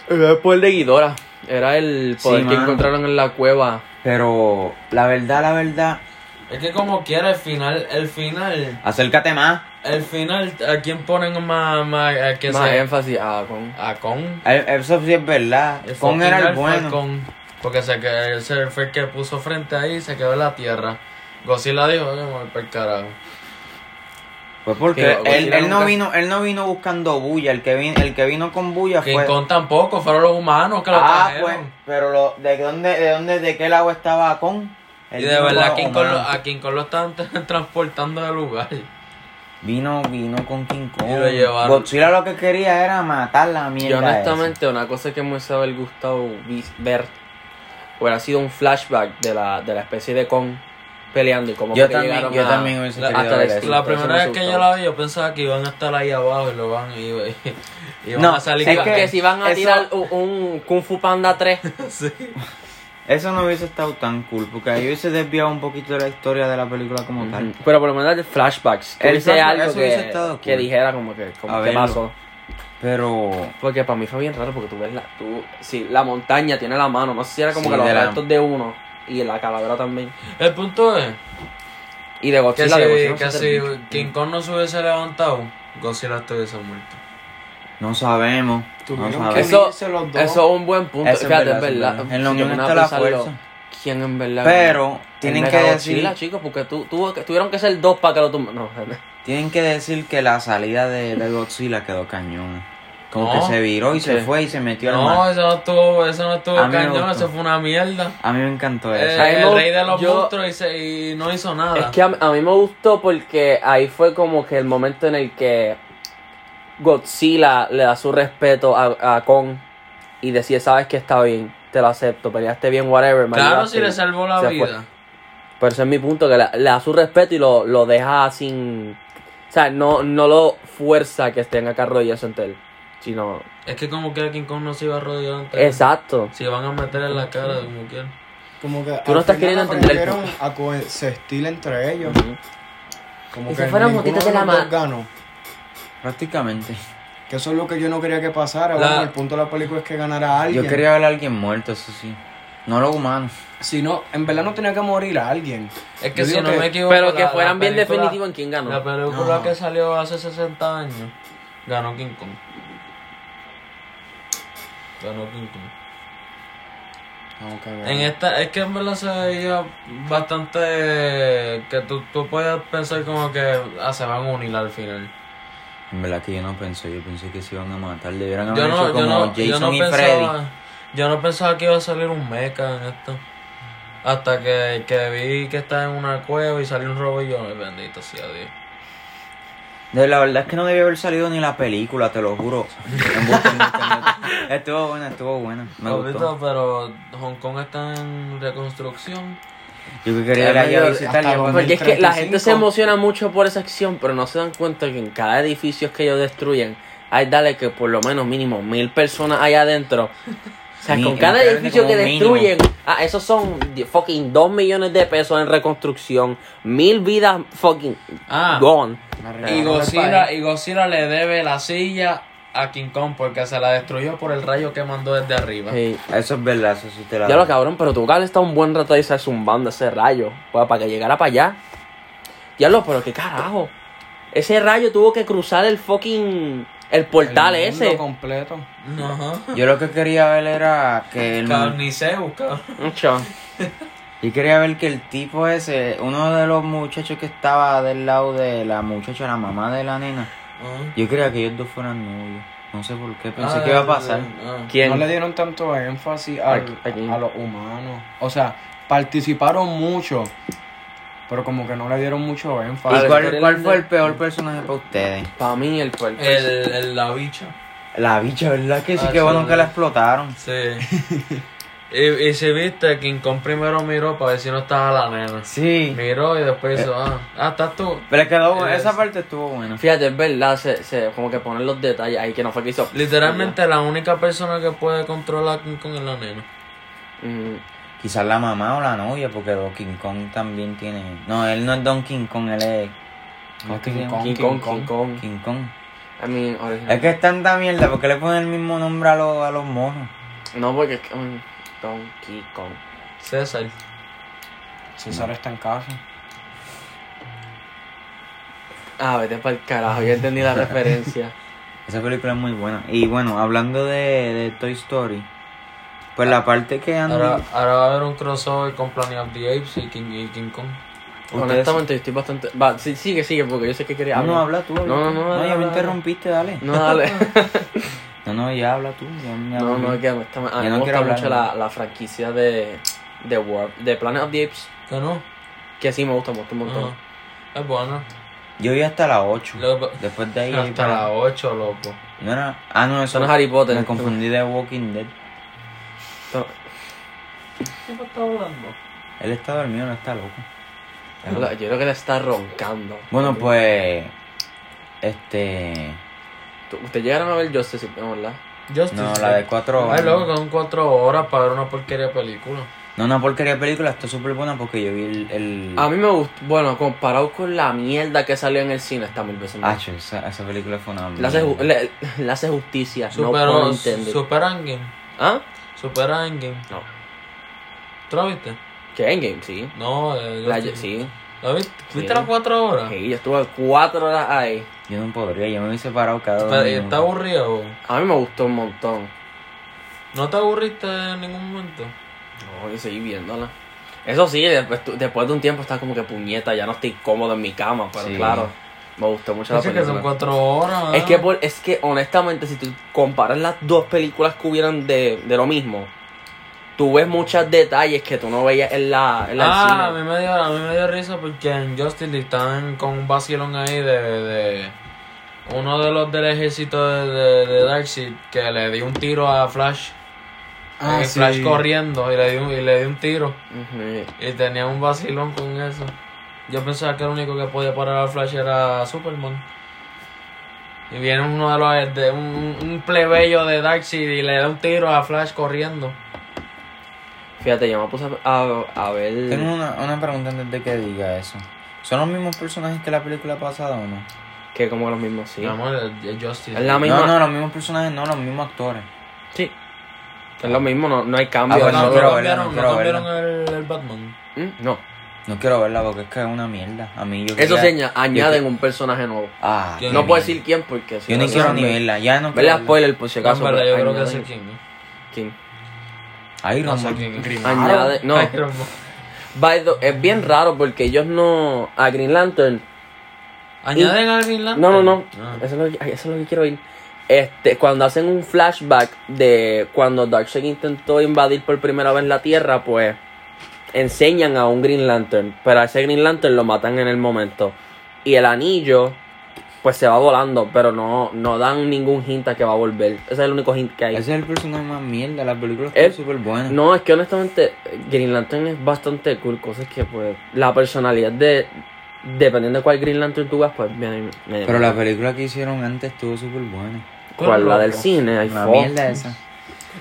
Speaker 3: el poder de Guidora, era el
Speaker 1: Sí,
Speaker 3: poder que
Speaker 1: mano.
Speaker 3: encontraron en la cueva.
Speaker 1: Pero la verdad, la verdad,
Speaker 2: Es que como quiera, el final, el final,
Speaker 1: acércate más.
Speaker 2: el final, ¿a quién ponen más, más, a que
Speaker 3: Más
Speaker 2: se-
Speaker 3: énfasis a con...
Speaker 2: A Kong.
Speaker 1: El- Eh, Eso sí es verdad. Kong
Speaker 2: fucking
Speaker 1: era el
Speaker 2: alfa
Speaker 1: bueno.
Speaker 2: Kong, porque se que- ese fue el que puso frente ahí y se quedó en la tierra. Godzilla dijo, "Oye, me voy pa'l carajo.
Speaker 1: Pues porque
Speaker 3: Digo,
Speaker 1: él,
Speaker 3: Godzilla
Speaker 1: él no
Speaker 3: nunca-
Speaker 1: vino, él no vino buscando bulla. El que vino, el que vino con bulla
Speaker 2: King
Speaker 1: fue.
Speaker 2: Kong tampoco, fueron los humanos que lo
Speaker 1: ah, pues.
Speaker 2: trajeron.
Speaker 1: Pero lo, ¿de dónde, de dónde, de qué lado estaba Kong?
Speaker 2: Y
Speaker 1: Él
Speaker 2: de
Speaker 1: vino
Speaker 2: verdad
Speaker 1: con
Speaker 2: King Kong lo,
Speaker 1: humano.
Speaker 2: a King Kong lo estaban tra- transportando de lugar.
Speaker 1: Vino, vino con King Kong.
Speaker 2: Y lo llevaron.
Speaker 1: Godzilla lo que quería era matar la mierda.
Speaker 3: Yo
Speaker 1: esa.
Speaker 3: honestamente, una cosa que me hubiese haber gustado vi- ver hubiera sido un flashback de la, de la especie de Kong peleando y cómo
Speaker 1: Yo
Speaker 3: fue que
Speaker 1: también-
Speaker 3: llegaron
Speaker 1: yo
Speaker 3: a-
Speaker 1: también hubiese
Speaker 3: hasta
Speaker 1: querido
Speaker 3: el
Speaker 1: ver eso.
Speaker 3: éxito.
Speaker 2: La
Speaker 3: Eso
Speaker 2: primera
Speaker 3: me
Speaker 2: vez que
Speaker 3: gustó.
Speaker 2: yo la vi, yo pensaba que iban a estar ahí abajo y lo van y, y van
Speaker 1: No,
Speaker 2: a salir.
Speaker 1: es
Speaker 3: Sí, que, si van a
Speaker 1: eso-
Speaker 3: tirar un, un Kung Fu Panda 3,
Speaker 2: Sí.
Speaker 1: Eso no hubiese estado tan cool porque ahí hubiese desviado un poquito de la historia de la película como tal.
Speaker 3: pero por lo menos de flashbacks, que
Speaker 1: El
Speaker 3: hubiese
Speaker 1: flashback,
Speaker 3: algo
Speaker 1: eso hubiese
Speaker 3: que,
Speaker 1: estado
Speaker 3: que
Speaker 1: cool.
Speaker 3: dijera como que como
Speaker 1: A
Speaker 3: qué
Speaker 1: verlo.
Speaker 3: pasó.
Speaker 1: Pero
Speaker 3: Porque para mí fue bien raro porque tú ves la, tú, sí, la montaña tiene la mano, no sé si era como
Speaker 1: Sí,
Speaker 3: que los
Speaker 1: de la-
Speaker 3: restos de uno y la calavera también.
Speaker 2: El punto es
Speaker 3: Y de
Speaker 2: que
Speaker 3: Godzilla, de Godzilla
Speaker 2: si,
Speaker 3: no
Speaker 2: que
Speaker 3: se
Speaker 2: si
Speaker 3: termina.
Speaker 2: King Kong no se hubiese levantado, Godzilla estuviese muerto.
Speaker 1: no sabemos. No
Speaker 4: Tuvieron
Speaker 1: sabemos.
Speaker 4: que
Speaker 3: Eso,
Speaker 4: unirse los dos.
Speaker 3: eso es un buen punto.
Speaker 1: Eso es
Speaker 3: Fíjate,
Speaker 1: verdad,
Speaker 3: es verdad.
Speaker 1: eso es verdad. En la
Speaker 3: Si te
Speaker 1: unión
Speaker 3: pones a
Speaker 1: está la
Speaker 3: pensarlo,
Speaker 1: fuerza.
Speaker 3: ¿Quién en verdad?
Speaker 1: Pero tienen
Speaker 3: El
Speaker 1: que
Speaker 3: Mega
Speaker 1: decir.
Speaker 3: Godzilla, chicos, porque tú, tuvo que- tuvieron que ser dos para que lo tumben. No,
Speaker 1: Tienen que decir que la salida de, de Godzilla quedó cañona. Como
Speaker 2: No.
Speaker 1: que se viró y se
Speaker 3: Sí.
Speaker 1: fue y se metió al
Speaker 2: No,
Speaker 1: mar.
Speaker 2: eso no estuvo, eso no estuvo
Speaker 1: A mí me
Speaker 2: cañón,
Speaker 1: gustó.
Speaker 2: eso fue una mierda.
Speaker 1: A mí me encantó
Speaker 2: Eh,
Speaker 1: eso.
Speaker 3: a mí me
Speaker 2: el
Speaker 3: gust-
Speaker 2: rey de los
Speaker 3: yo-
Speaker 2: monstruos y, se- y no hizo nada.
Speaker 3: es que a, a mí me gustó porque ahí fue como que el momento en el que Godzilla le da su respeto a, a Kong y decía, sabes que está bien, peleaste, lo acepto, peleaste bien, whatever. me
Speaker 2: Claro,
Speaker 3: ayudaste
Speaker 2: si le
Speaker 3: y
Speaker 2: salvó la
Speaker 3: se fue.
Speaker 2: vida.
Speaker 3: Pero ese es mi punto, que le, le da su respeto y lo, lo deja sin... O sea, no, no lo fuerza que estén acá arrodillándose ante él, sino...
Speaker 2: Es que como que King Kong no se iba a rodear antes.
Speaker 3: Exacto.
Speaker 2: Si van a meter en la cara de como quieran.
Speaker 4: Como que
Speaker 3: Tú no estás queriendo entender el
Speaker 4: aprendieron a coexistir entre ellos. Como
Speaker 5: Y se fueron
Speaker 4: ninguno
Speaker 5: juntitos de la
Speaker 4: los dos
Speaker 5: ma-
Speaker 4: ganó.
Speaker 1: Prácticamente.
Speaker 4: Que eso es lo que yo no quería que pasara.
Speaker 2: La-
Speaker 4: Bueno, el punto de la película es que ganara alguien.
Speaker 1: Yo quería ver a alguien muerto, eso sí. No los humanos.
Speaker 4: Si no, en verdad no tenía que morir a alguien.
Speaker 2: Es que
Speaker 4: Yo
Speaker 2: si
Speaker 4: digo
Speaker 2: no
Speaker 4: que-
Speaker 2: me equivoco.
Speaker 3: Pero
Speaker 2: la-
Speaker 3: que
Speaker 2: la
Speaker 3: fueran bien
Speaker 2: película-
Speaker 3: definitivos en quién
Speaker 2: La
Speaker 3: ganó.
Speaker 2: película
Speaker 4: No.
Speaker 2: que salió hace 60 años ganó King Kong. Ganó King Kong.
Speaker 4: Aunque,
Speaker 2: En esta, es que en verdad se veía bastante. eh, que tú, tú podías pensar como que ah, se van a unir al final.
Speaker 1: En verdad que yo no pensé, yo pensé que se iban a matar. Debieron haber
Speaker 2: Yo no,
Speaker 1: hecho como
Speaker 2: yo no,
Speaker 1: Jason
Speaker 2: yo no
Speaker 1: y Freddy.
Speaker 2: pensaba. Yo no pensaba que iba a salir un mecha en esto. Hasta que, que vi que estaba en una cueva y salió un robo y yo, "Ay, bendito sea Dios.
Speaker 1: De la verdad es que no debió haber salido ni la película, te lo juro. Embuste, embuste, embuste. Estuvo buena, estuvo buena. Me gustó.
Speaker 2: Papito, pero Hong Kong está en reconstrucción.
Speaker 1: Yo que quería ir allá
Speaker 4: Ya
Speaker 1: a
Speaker 4: medio-
Speaker 1: visitar
Speaker 4: hasta
Speaker 1: ya cuando-
Speaker 4: donde-
Speaker 3: Porque es que la gente se
Speaker 4: 35.
Speaker 3: emociona mucho por esa acción, pero no se dan cuenta que en cada edificio que ellos destruyen, hay dale que por lo menos mínimo mil personas allá adentro. O sea,
Speaker 1: Ni-
Speaker 3: con cada
Speaker 1: literalmente
Speaker 3: edificio que
Speaker 1: como mínimo.
Speaker 3: destruyen, ah, esos son di- fucking 2 millones de pesos en reconstrucción, mil vidas fucking
Speaker 2: Ah.
Speaker 3: gone.
Speaker 2: Y Godzilla, y Godzilla le debe la silla a King Kong porque se la destruyó por el rayo que mandó desde arriba.
Speaker 3: Sí.
Speaker 1: Eso es verdad, eso sí te la
Speaker 3: Ya
Speaker 1: doy.
Speaker 3: lo cabrón, pero tu cable está un buen rato ahí se zumbando ese rayo. pa- para que llegara para allá. Ya lo, pero qué carajo. Ese rayo tuvo que cruzar el fucking. El portal
Speaker 4: el mundo
Speaker 3: ese.
Speaker 4: completo.
Speaker 2: No.
Speaker 1: Yo lo que quería ver era que el
Speaker 2: Carniceus, cabrón.
Speaker 3: Mucho.
Speaker 1: Yo quería ver que el tipo ese, uno de los muchachos que estaba del lado de la muchacha, la mamá de la nena, yo quería que ellos dos fueran novios. No sé por qué, pensé
Speaker 2: Ah,
Speaker 1: que iba a pasar.
Speaker 2: ah.
Speaker 3: ¿Quién?
Speaker 4: No le dieron tanto énfasis al-
Speaker 3: Aquí- aquí.
Speaker 4: a los humanos. O sea, participaron mucho, pero como que no le dieron mucho énfasis.
Speaker 3: Vale,
Speaker 1: ¿Y cuál,
Speaker 3: pero
Speaker 1: cuál
Speaker 3: el-
Speaker 1: fue el peor personaje para ustedes?
Speaker 3: Para mí el puerto.
Speaker 2: El, el- la bicha.
Speaker 1: La bicha, ¿verdad? Que sí,
Speaker 2: Ah,
Speaker 1: que bueno
Speaker 2: sí.
Speaker 1: que la explotaron.
Speaker 2: Sí. y, y si viste, King Kong primero miró para ver si no estaba la nena.
Speaker 1: Sí. Eh.
Speaker 2: Miró y después hizo, ah, ah, estás tú.
Speaker 1: Pero quedó, bu-
Speaker 2: Es-
Speaker 1: esa parte estuvo buena.
Speaker 3: Fíjate, es verdad, se, se- como que ponen los detalles ahí que no fue que hizo.
Speaker 2: Literalmente la única persona que puede controlar a King Kong es la nena.
Speaker 3: Mm,
Speaker 1: Quizás la mamá o la novia, porque Donkey Kong también tiene... No, él no es Donkey Kong, él es... ¿Cómo es que se llama?
Speaker 3: King Kong, King Kong.
Speaker 1: King Kong.
Speaker 3: I mean,
Speaker 1: Es
Speaker 3: original.
Speaker 1: que es tanta mierda, porque le ponen el mismo nombre a los, a los monos?
Speaker 3: No, porque es que. mm, Donkey Kong.
Speaker 2: César.
Speaker 4: César está en casa.
Speaker 3: Ah, vete para el carajo, ya entendí la referencia.
Speaker 1: Esa película es muy buena. Y bueno, hablando de, de Toy Story, pues la parte que Andy.
Speaker 2: Ah. Ahora, ahora va a haber un crossover con Planet of the Apes y King, y King Kong.
Speaker 1: ustedes-
Speaker 3: Honestamente, yo estoy bastante. Va, sí, sigue, sigue, porque yo sé que quería
Speaker 1: Ah,
Speaker 3: hablar.
Speaker 1: no, habla tú. habla
Speaker 3: No, no,
Speaker 1: tú.
Speaker 3: no, dale,
Speaker 1: ya
Speaker 3: dale,
Speaker 1: me
Speaker 3: dale.
Speaker 1: interrumpiste, dale.
Speaker 3: No, dale.
Speaker 1: No, no, ya habla tú. ya me
Speaker 3: no,
Speaker 1: aburrí.
Speaker 3: no, que me está- a mí
Speaker 1: Ya no
Speaker 3: me gusta
Speaker 1: quiero hablar,
Speaker 3: mucho
Speaker 1: no.
Speaker 3: la, la franquicia de, de, War, de Planet of the Apes.
Speaker 2: ¿Que no?
Speaker 3: Que sí me gusta mucho un montón.
Speaker 2: Ah, es bueno.
Speaker 1: Yo vi hasta la 8.
Speaker 2: Luego-
Speaker 1: Después de ahí.
Speaker 2: Hasta
Speaker 1: para-
Speaker 2: las 8, loco.
Speaker 1: No era- Ah, no, eso
Speaker 3: Son Harry Potter.
Speaker 1: Me confundí de Walking Dead.
Speaker 3: To-
Speaker 2: ¿Qué me estás hablando?
Speaker 1: Él está dormido, no está loco.
Speaker 3: Hola, Yo creo que le está roncando.
Speaker 1: Bueno, pues. Este.
Speaker 3: Tú- Ustedes llegaron a ver Justice, League, ¿no? ¿verdad?
Speaker 2: Justice
Speaker 1: No, la de 4
Speaker 2: Ay, loco, que son 4 horas para ver una porquería de película.
Speaker 1: No, una porquería de película, está súper buena porque yo vi el. el...
Speaker 3: A mí me gustó. Bueno, comparado con la mierda que salió en el cine, está mil veces
Speaker 1: Ah,
Speaker 3: mejor.
Speaker 1: esa, esa película fue una.
Speaker 3: Le hace, ju-
Speaker 1: mierda.
Speaker 3: le, le hace justicia.
Speaker 2: Super,
Speaker 3: no puedo entender.
Speaker 2: super Endgame.
Speaker 3: ¿Ah?
Speaker 2: Super Endgame.
Speaker 3: No.
Speaker 2: ¿Tú la viste?
Speaker 3: Que Endgame, sí.
Speaker 2: No, eh,
Speaker 3: La-
Speaker 2: Justice-
Speaker 3: sí.
Speaker 2: ¿La viste? ¿Viste
Speaker 3: Sí.
Speaker 2: las 4 horas?
Speaker 3: Sí, yo estuve cuatro horas ahí.
Speaker 1: Yo no podría, yo me hubiese parado cada dos
Speaker 2: Pero, ¿y ¿Está
Speaker 1: minutos.
Speaker 2: aburrido? bo?
Speaker 3: A mí me gustó un montón.
Speaker 2: ¿No te aburriste en ningún momento?
Speaker 3: No, yo seguí viéndola. Eso sí, después, tu- después de un tiempo estaba como que puñeta, ya no estoy cómodo en mi cama, pero
Speaker 1: Sí.
Speaker 3: claro, me gustó mucho la
Speaker 2: Dice que son
Speaker 3: película.
Speaker 2: 4 horas.
Speaker 3: es, que por- es que honestamente, si tú comparas las dos películas que hubieran de, de lo mismo, tú ves muchos detalles que tú no veías en la, en la
Speaker 2: Ah, a
Speaker 3: del
Speaker 2: mí,
Speaker 3: cine.
Speaker 2: me dio, a mí me dio risa porque en Justice League estaban con un vacilón ahí de, de uno de los del ejército de, de, de Darkseid que le dio un tiro a Flash
Speaker 4: Ah,
Speaker 2: en
Speaker 4: sí.
Speaker 2: Flash corriendo y le di un, y le di un tiro.
Speaker 3: Ujú.
Speaker 2: Y tenía un vacilón con eso. Yo pensaba que el único que podía parar a Flash era Superman. Y viene uno de los de un, un plebeyo de Darkseid y le da un tiro a Flash corriendo.
Speaker 3: Fíjate, yo me puse a, a- a ver.
Speaker 1: Tengo una, una pregunta antes de que diga eso. ¿Son los mismos personajes que la película pasada o no?
Speaker 3: Que como los mismos, sí.
Speaker 2: Mi amor, el- el Justice.
Speaker 3: Es la misma.
Speaker 1: No, no, los mismos personajes no, los mismos actores.
Speaker 3: Sí. Es lo mismo, no, no hay cambio.
Speaker 2: No,
Speaker 1: Ah, bueno,
Speaker 2: no,
Speaker 1: no quiero verla,
Speaker 2: cambiaron,
Speaker 1: no
Speaker 2: no
Speaker 1: quiero
Speaker 2: cambiaron el, el Batman.
Speaker 3: Mm, no.
Speaker 1: No quiero verla porque es que es una mierda. A mí yo
Speaker 3: Eso
Speaker 1: quería-
Speaker 3: sí, aña-
Speaker 1: yo
Speaker 3: añaden
Speaker 1: que-
Speaker 3: un personaje nuevo.
Speaker 1: Ah,
Speaker 2: ¿Quién?
Speaker 1: qué
Speaker 3: No puedo
Speaker 1: mierda.
Speaker 3: decir quién porque si
Speaker 1: Yo
Speaker 3: no
Speaker 1: ni quiero ni
Speaker 3: saben.
Speaker 1: verla, ya no quiero
Speaker 3: Verla
Speaker 1: verla.
Speaker 3: spoiler por si
Speaker 2: No, en
Speaker 3: acaso.
Speaker 2: verdad,
Speaker 3: pero
Speaker 2: yo creo que
Speaker 3: añaden-
Speaker 2: sé quién. ¿no?
Speaker 3: ¿Quién?
Speaker 1: Iron
Speaker 2: ¿eh? No
Speaker 1: Man.
Speaker 2: sé quién. es.
Speaker 3: Añade- no.
Speaker 2: Iron Man.
Speaker 3: By the- es bien raro porque ellos no. A Green Lantern.
Speaker 2: Añaden a Green Lantern.
Speaker 3: No, no, no.
Speaker 2: Ah.
Speaker 3: Eso, es lo que, ay, eso es lo que quiero ir. Este, cuando hacen un flashback de cuando Darkseid intentó invadir por primera vez la Tierra, pues enseñan a un Green Lantern. Pero a ese Green Lantern lo matan en el momento. Y el anillo, pues se va volando, pero no, no dan ningún hint a que va a volver. Ese es el único hint que hay.
Speaker 1: Ese es el personaje más mierda. La película
Speaker 3: Eh,
Speaker 1: es súper buena.
Speaker 3: No, es que honestamente Green Lantern es bastante cool, cosas que pues la personalidad de dependiendo de cuál Green Lantern tú vas, pues viene medio-
Speaker 1: Pero la película que hicieron antes estuvo súper buena.
Speaker 3: cuál la del
Speaker 2: loco.
Speaker 3: cine, hay
Speaker 1: La
Speaker 3: fo-
Speaker 1: mierda esa.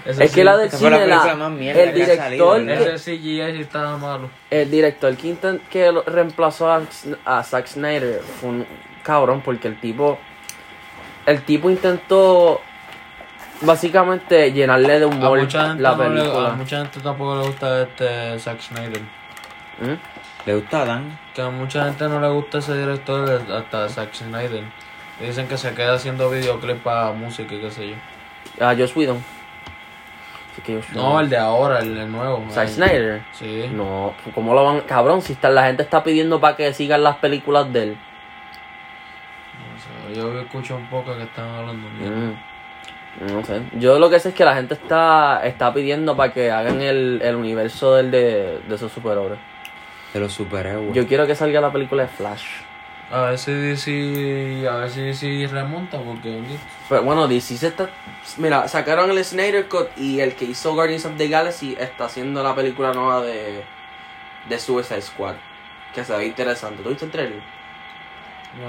Speaker 2: Ese
Speaker 3: Es que la del
Speaker 1: Esa fue la
Speaker 3: cine la-
Speaker 1: película más mierda
Speaker 3: el
Speaker 1: que ha
Speaker 3: director
Speaker 1: salido,
Speaker 2: Ese CGI sí estaba malo.
Speaker 3: el director que, inten- que lo- reemplazó a, a Zack Snyder fue un cabrón porque el tipo el tipo intentó básicamente llenarle de
Speaker 2: A
Speaker 3: humor
Speaker 2: mucha, gente
Speaker 3: la
Speaker 2: no le- a
Speaker 3: película.
Speaker 2: mucha gente tampoco le gusta este Zack Snyder.
Speaker 3: ¿Mm?
Speaker 1: ¿Le gusta a Dan?
Speaker 2: Que a mucha gente no le gusta ese director hasta Zack Snyder. Y dicen que se queda haciendo videoclip para música y qué sé yo.
Speaker 3: A Joss Whedon. Así que Joss
Speaker 2: No,
Speaker 3: Whedon.
Speaker 2: el de ahora, el, el nuevo.
Speaker 3: Zack
Speaker 2: el-
Speaker 3: Snyder.
Speaker 2: Sí.
Speaker 3: No, ¿cómo lo van? Cabrón, si está, la gente está pidiendo para que sigan las películas de él.
Speaker 2: O sea, yo escucho un poco que están hablando mierda.
Speaker 3: Mm, No sé. Yo lo que sé es que la gente está, está pidiendo para que hagan el, el universo del de, de esos superhéroes.
Speaker 1: De los superhéroes.
Speaker 3: Yo quiero que salga la película de Flash.
Speaker 2: A ver si DC, a ver si DC remonta porque
Speaker 3: Pero bueno, DC se está. Mira, sacaron el Snyder Cut y el que hizo Guardians of the Galaxy está haciendo la película nueva de, de Suicide Squad. Que se ve interesante. ¿Tuviste el trailer?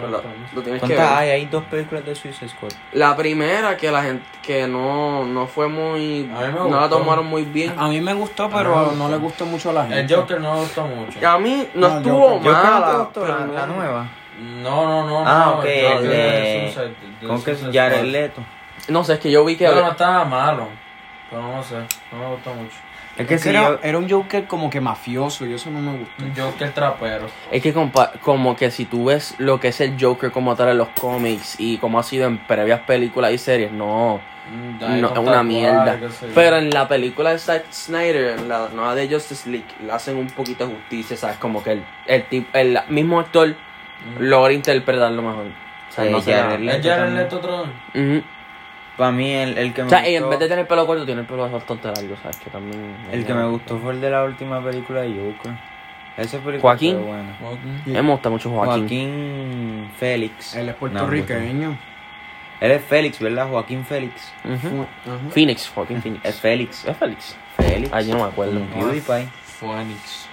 Speaker 2: no,
Speaker 3: Lo-
Speaker 2: está bien.
Speaker 3: lo tienes que
Speaker 1: ¿Cuántas
Speaker 3: ver.
Speaker 1: hay? Hay dos películas de Suicide Squad.
Speaker 3: La primera que la gente que no, no fue muy
Speaker 2: A mí me
Speaker 3: no la
Speaker 2: gustó.
Speaker 3: tomaron muy bien.
Speaker 4: A mí me gustó, pero no le gustó mucho a la gente.
Speaker 2: El Joker no me gustó mucho.
Speaker 3: A mí no,
Speaker 4: No,
Speaker 3: estuvo
Speaker 1: Yo
Speaker 4: yo-
Speaker 1: creo que
Speaker 3: mala,
Speaker 1: no te gustó
Speaker 3: pero
Speaker 1: la, la
Speaker 3: no-
Speaker 1: nueva.
Speaker 2: No, no, no.
Speaker 1: Ah,
Speaker 2: no,
Speaker 1: ok,
Speaker 2: el Joker
Speaker 1: el
Speaker 2: de
Speaker 1: de-
Speaker 2: Suicide- de
Speaker 1: ¿Con qué?
Speaker 2: Suicide
Speaker 1: Jared
Speaker 2: Squad.
Speaker 1: Leto.
Speaker 3: No sé, es que yo vi que
Speaker 2: Pero no estaba malo. Pero no sé, no me gustó mucho.
Speaker 1: Es que si
Speaker 4: era,
Speaker 1: yo...
Speaker 4: era un Joker como que mafioso y eso no me gustó.
Speaker 2: Un Joker trapero.
Speaker 3: es que compa- como que si tú ves lo que es el Joker como tal en los cómics y como ha sido en previas películas y series, no,
Speaker 2: Mm, ahí
Speaker 3: no
Speaker 2: con
Speaker 3: es una
Speaker 2: tatuaje,
Speaker 3: mierda.
Speaker 2: qué sé yo.
Speaker 3: Pero en la película de Zack Snyder, en la nueva de Justice League, le hacen un poquito de justicia, sabes, como que el el, tip- el mismo actor logra interpretarlo mejor. O sea,
Speaker 1: Eh,
Speaker 3: no será-
Speaker 1: Jared
Speaker 2: ¿Es
Speaker 1: Leto
Speaker 2: Jared
Speaker 1: también.
Speaker 2: Leto otra vez?
Speaker 3: Ujú.
Speaker 1: Para mí el, el que me
Speaker 3: O sea, y en
Speaker 1: gustó...
Speaker 3: vez de tener el pelo corto, tiene el pelo bastante largo, ¿sabes? Que también...
Speaker 1: El que me gustó fue el de la última película de Joker. Esa película
Speaker 3: Joaquín.
Speaker 1: fue buena.
Speaker 2: Ok.
Speaker 3: Me gusta mucho Joaquín.
Speaker 1: Joaquín Félix.
Speaker 4: Él es
Speaker 1: No,
Speaker 4: puertorriqueño.
Speaker 1: Él es Félix, ¿verdad? Joaquín Félix.
Speaker 3: Ujú.
Speaker 4: Ajá.
Speaker 3: Phoenix, Joaquín Phoenix.
Speaker 1: Es Félix.
Speaker 3: ¿Es Félix?
Speaker 1: Félix.
Speaker 3: Ay, yo no me acuerdo.
Speaker 1: Como PewDiePie.
Speaker 2: Phoenix.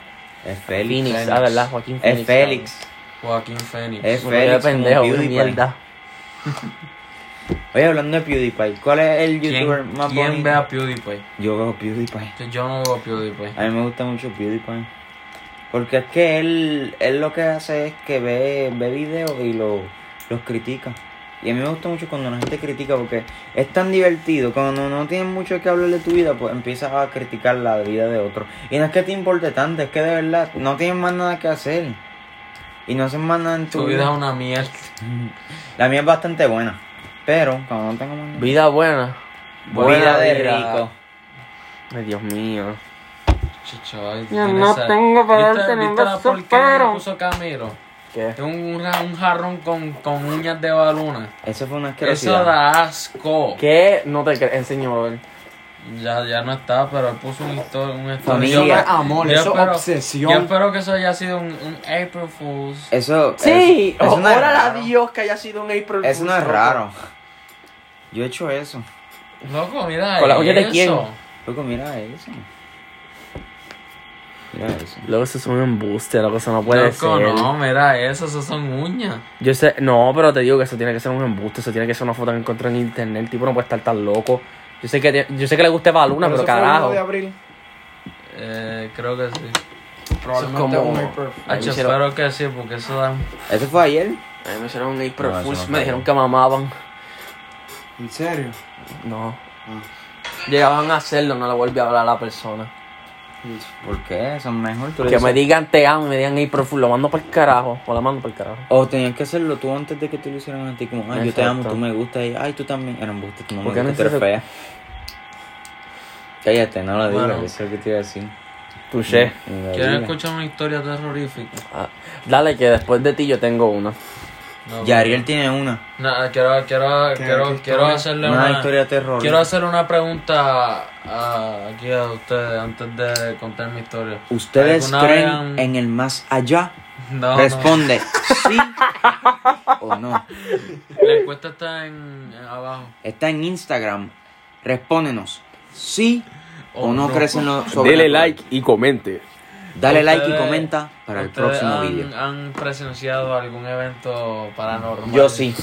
Speaker 1: Es Félix.
Speaker 3: Phoenix, ah, ¿verdad? Joaquín Phoenix.
Speaker 1: Es Félix.
Speaker 2: Joaquín Phoenix.
Speaker 1: Es
Speaker 3: Me quedé
Speaker 1: Félix. como
Speaker 3: pendejo, qué
Speaker 1: PewDiePie.
Speaker 3: mierda.
Speaker 1: Oye, hablando de PewDiePie, ¿cuál es el
Speaker 2: ¿Quién,
Speaker 1: youtuber más
Speaker 2: quién
Speaker 1: bonito?
Speaker 2: ve a PewDiePie?
Speaker 1: Yo veo PewDiePie.
Speaker 2: Que Yo no veo a PewDiePie.
Speaker 1: A mí me gusta mucho PewDiePie. Porque es que él, él lo que hace es que ve, ve videos y lo, los critica. Y a mí me gusta mucho cuando la gente critica porque es tan divertido. Cuando no tienes mucho que hablar de tu vida, pues empiezas a criticar la vida de otro. Y no es que te importe tanto, es que de verdad no tienes más nada que hacer. Y no haces más nada en tu,
Speaker 2: Tu vida es una mierda.
Speaker 1: La mía es bastante buena. Pero cuando no tengo más nada-
Speaker 3: Vida buena.
Speaker 1: Vida
Speaker 3: Buena
Speaker 1: de
Speaker 3: vida.
Speaker 1: rico.
Speaker 3: Ay, Dios mío.
Speaker 2: Chicho, ay,
Speaker 3: Yo
Speaker 2: tiene
Speaker 3: no
Speaker 2: esa-
Speaker 3: tengo para
Speaker 2: ¿Viste-
Speaker 3: darte
Speaker 2: viste
Speaker 3: ningún
Speaker 2: la porquería que
Speaker 3: sopero?
Speaker 2: puso Camilo?
Speaker 3: ¿Qué?
Speaker 2: Es un, un ra- un jarrón con, con uñas de balona.
Speaker 1: Eso fue una asquerosidad.
Speaker 2: Eso da asco.
Speaker 3: ¿Qué? No te crees. Enséñalo, a ver.
Speaker 2: Ya, ya no está, pero él puso un historia. Un story.
Speaker 1: Familia.
Speaker 2: Yo-
Speaker 1: Eso es
Speaker 4: amor, eso es
Speaker 2: Yo
Speaker 4: obsesión.
Speaker 2: espero que eso haya sido un, un April Fools.
Speaker 1: Eso.
Speaker 3: Sí,
Speaker 1: eso no es
Speaker 3: órale a
Speaker 1: raro.
Speaker 3: Dios que haya sido un
Speaker 4: Eh,
Speaker 3: April
Speaker 1: Eso no es
Speaker 2: pues.
Speaker 3: Fool's,
Speaker 1: raro. Yo he hecho eso.
Speaker 2: Loco, mira.
Speaker 3: ¿Con la uña de
Speaker 2: eso.
Speaker 3: quién?
Speaker 1: Loco, mira eso. Mira eso.
Speaker 3: Luego eso es un embuste, loco, eso no puede
Speaker 2: Loco,
Speaker 3: ser.
Speaker 2: no, mira eso, eso son uñas.
Speaker 3: Yo sé, no, pero te digo que eso tiene que ser un embuste, eso tiene que ser una foto que encontré en internet, el tipo no puede estar tan loco. Yo sé que, te- yo sé que le gusta Eva Luna, pero,
Speaker 4: eso fue el uno
Speaker 3: carajo.
Speaker 4: de abril.
Speaker 2: Eh, creo que sí.
Speaker 4: Probablemente
Speaker 3: como-
Speaker 4: un April Fool.
Speaker 3: Ahí
Speaker 2: Hacho,
Speaker 3: hicieron-
Speaker 2: espero que sí, porque eso da.
Speaker 1: ¿Eso fue ayer?
Speaker 3: A mí me hicieron un
Speaker 1: April No, eso Fools, no me
Speaker 3: me
Speaker 1: está
Speaker 3: dijeron
Speaker 1: dijeron
Speaker 3: que mamaban.
Speaker 4: ¿En serio?
Speaker 3: No.
Speaker 1: Ah.
Speaker 3: Llegaban a hacerlo, no le volví a hablar a la persona.
Speaker 1: ¿Por qué? Son mejor. tú le
Speaker 3: Que
Speaker 1: dices-
Speaker 3: me digan te amo, y me digan April Fool, lo mando para el carajo, o la mando para el carajo.
Speaker 1: O tenías que hacerlo tú antes de que te lo hicieran a ti, como, ay, yo te amo,
Speaker 3: Exacto.
Speaker 1: tú me gustas, y, ay, tú también. Era un buste, tú no me
Speaker 3: ¿Por qué no
Speaker 1: gustas, tú eres
Speaker 3: hiciste
Speaker 1: fea. Cállate, no lo digas,
Speaker 2: Bueno.
Speaker 1: eso es lo que te iba a decir.
Speaker 3: Touché.
Speaker 1: Ni lo
Speaker 2: ¿Quieren
Speaker 1: digas.
Speaker 2: escuchar una historia terrorífica?
Speaker 3: Ah, dale, que después de ti yo tengo una.
Speaker 2: No,
Speaker 1: Y Ariel tiene una,
Speaker 2: No, quiero, quiero,
Speaker 4: ¿Qué-
Speaker 2: quiero,
Speaker 4: qué
Speaker 2: quiero
Speaker 4: historia?
Speaker 2: hacerle
Speaker 1: una,
Speaker 2: una.
Speaker 1: historia terrorista.
Speaker 2: Quiero hacer una pregunta a- aquí a ustedes antes de contar mi historia.
Speaker 1: ¿Ustedes
Speaker 2: ¿Alguna vez
Speaker 1: creen
Speaker 2: han-
Speaker 1: en el más allá?
Speaker 2: No, no.
Speaker 1: Responde, sí o no.
Speaker 2: La encuesta está en, en abajo.
Speaker 1: Está en Instagram. Respóndenos, sí
Speaker 2: O
Speaker 1: o, no,
Speaker 2: Oh, no. pues.
Speaker 1: crees en lo
Speaker 3: Dele
Speaker 1: sobrenatural.
Speaker 3: like y comente.
Speaker 1: Dale like y
Speaker 2: Ustedes-
Speaker 1: comenta para el
Speaker 2: ¿ustedes
Speaker 1: próximo
Speaker 2: han-
Speaker 1: vídeo.
Speaker 2: ¿Han presenciado algún evento paranormal?
Speaker 1: Yo sí.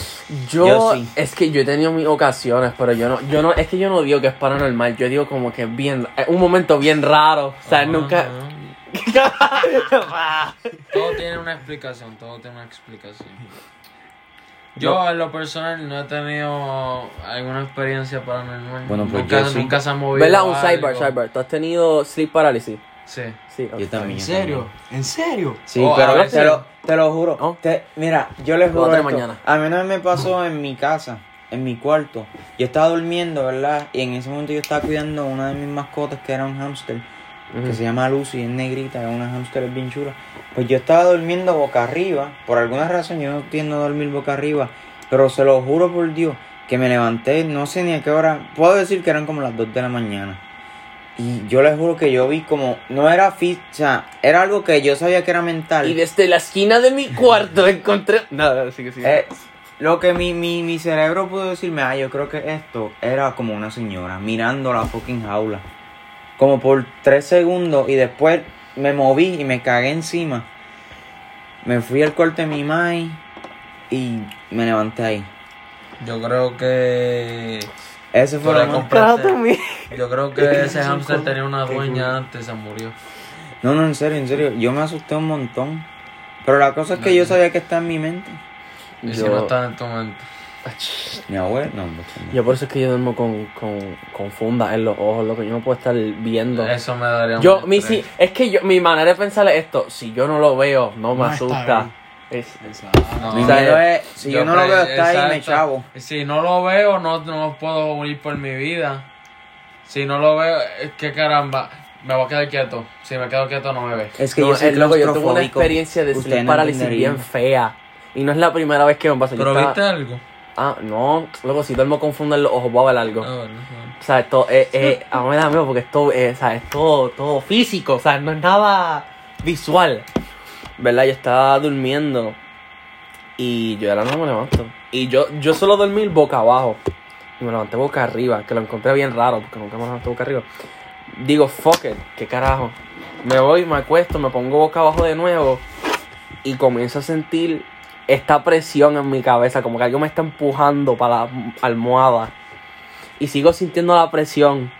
Speaker 3: Yo,
Speaker 1: Yo sí.
Speaker 3: es que yo he tenido mis ocasiones, pero yo no, yo no, es que yo no digo que es paranormal, yo digo como que es bien, es un momento bien raro, o sea,
Speaker 2: Ajá,
Speaker 3: nunca...
Speaker 2: ajá. Todo tiene una explicación, todo tiene una explicación. Yo en lo personal no he tenido alguna experiencia paranormal.
Speaker 1: Bueno, pues
Speaker 2: nunca,
Speaker 1: yo sí.
Speaker 2: nunca se ha movido.
Speaker 3: ¿Verdad? Un
Speaker 2: algo.
Speaker 3: cyber, cyber, ¿tú has tenido sleep paralysis?
Speaker 2: Sí.
Speaker 3: Sí, ok.
Speaker 1: Yo también.
Speaker 4: ¿En
Speaker 1: yo
Speaker 4: serio? ¿En serio?
Speaker 1: Sí,
Speaker 2: Oh,
Speaker 1: pero
Speaker 2: ahora sí.
Speaker 1: te lo, te lo juro.
Speaker 3: Oh.
Speaker 1: Te- mira, yo les juro.
Speaker 3: Otra
Speaker 1: esto.
Speaker 3: mañana.
Speaker 1: A mí una vez me pasó en mi casa, en mi cuarto. Yo estaba durmiendo, ¿verdad? Y en ese momento yo estaba cuidando una de mis mascotas que era un hámster, que se llama Lucy, es negrita, es una hámster es bien chula. Pues yo estaba durmiendo boca arriba. Por alguna razón yo no tiendo a dormir boca arriba. Pero se lo juro por Dios que me levanté, no sé ni a qué hora. Puedo decir que eran como las 2 de la mañana. Y yo les juro que yo vi como, no era ficha, era algo que yo sabía que era mental.
Speaker 3: Y desde la esquina de mi cuarto encontré... Nada, sí que sí.
Speaker 1: Eh, lo que mi, mi, mi cerebro pudo decirme, ah, yo creo que esto era como una señora mirando la fucking jaula. Como por tres segundos y después me moví y me cagué encima. Me fui al corte de mi mai y me levanté ahí.
Speaker 2: Yo creo que.
Speaker 1: Ese
Speaker 2: Tú
Speaker 1: fue
Speaker 2: le
Speaker 1: lo más-
Speaker 2: compraste-
Speaker 3: también.
Speaker 2: Yo creo que ese hamster tenía una dueña antes, se murió.
Speaker 1: No, no, en serio, en serio. Yo me asusté un montón. Pero la cosa es que yo sabía que está en mi mente.
Speaker 2: Y
Speaker 3: Yo-
Speaker 2: si no estaba en tu mente.
Speaker 1: Mi abuelo, no, no, no.
Speaker 3: Yo por eso es que yo duermo con, con, con funda en los ojos, loco, yo no puedo estar viendo.
Speaker 2: Eso me daría un
Speaker 3: Yo, mi,
Speaker 2: estrés.
Speaker 3: sí, es que yo, mi manera de pensar es esto, si yo no lo veo, no me
Speaker 4: No está
Speaker 3: asusta. Es-
Speaker 2: No.
Speaker 1: Mi
Speaker 3: O sea,
Speaker 1: miedo es, si yo, no lo
Speaker 2: pre-
Speaker 1: veo, está ahí, me
Speaker 2: exacto.
Speaker 1: chavo.
Speaker 2: Si no lo veo, no, no puedo unir por mi vida. Si no lo veo, es que caramba, me voy a quedar quieto. Si me quedo quieto, no me ve.
Speaker 1: Es que
Speaker 3: No,
Speaker 1: yo soy
Speaker 3: es loco, yo tuve una
Speaker 1: claustrofóbico.
Speaker 3: experiencia de
Speaker 1: Ustedes
Speaker 3: sleep
Speaker 1: no
Speaker 3: parálisis
Speaker 1: entenderían.
Speaker 3: bien fea. Y no es la primera vez que me pasa. Yo
Speaker 2: ¿Pero
Speaker 3: estaba-
Speaker 2: viste algo?
Speaker 3: Ah, no. Luego, si duermo con funda en los ojos, voy a ver algo.
Speaker 2: Ah, bueno, bueno.
Speaker 3: O sea, esto es... es- a mí me da miedo porque esto es, o sea, es todo, todo físico. O sea, no es nada visual. ¿Verdad? Yo estaba durmiendo. Y yo ahora no me levanto. Y yo, yo suelo dormir boca abajo. Y me levanté boca arriba. Que lo encontré bien raro porque nunca me levanté boca arriba. Digo, fuck it. ¿Qué carajo? Me voy, me acuesto, me pongo boca abajo de nuevo. Y comienzo a sentir esta presión en mi cabeza. Como que algo me está empujando para la almohada. Y sigo sintiendo la presión.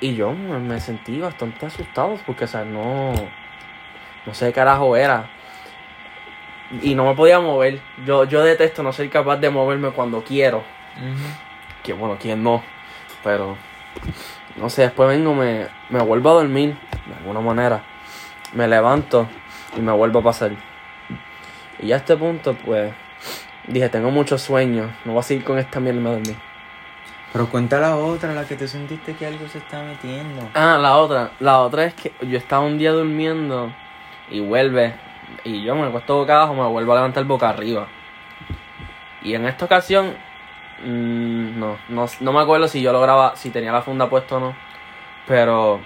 Speaker 3: Y yo me me sentí bastante asustado porque, o sea, no. No sé qué carajo era. Y no me podía mover. Yo, yo detesto no ser capaz de moverme cuando quiero.
Speaker 2: Ujú.
Speaker 3: Que bueno, quién no. Pero. No sé, después vengo, me, me vuelvo a dormir. De alguna manera. Me levanto y me vuelvo a pasar. Y ya a este punto, pues. Dije, tengo mucho sueño. No voy a seguir con esta mierda y me dormí.
Speaker 1: Pero cuenta la otra, la que te sentiste que algo se está metiendo.
Speaker 3: Ah, la otra. La otra es que yo estaba un día durmiendo y vuelve. Y yo me acuesto boca abajo, me vuelvo a levantar boca arriba. Y en esta ocasión, mm, no, no, no me acuerdo si yo lograba, si tenía la funda puesta o no. Pero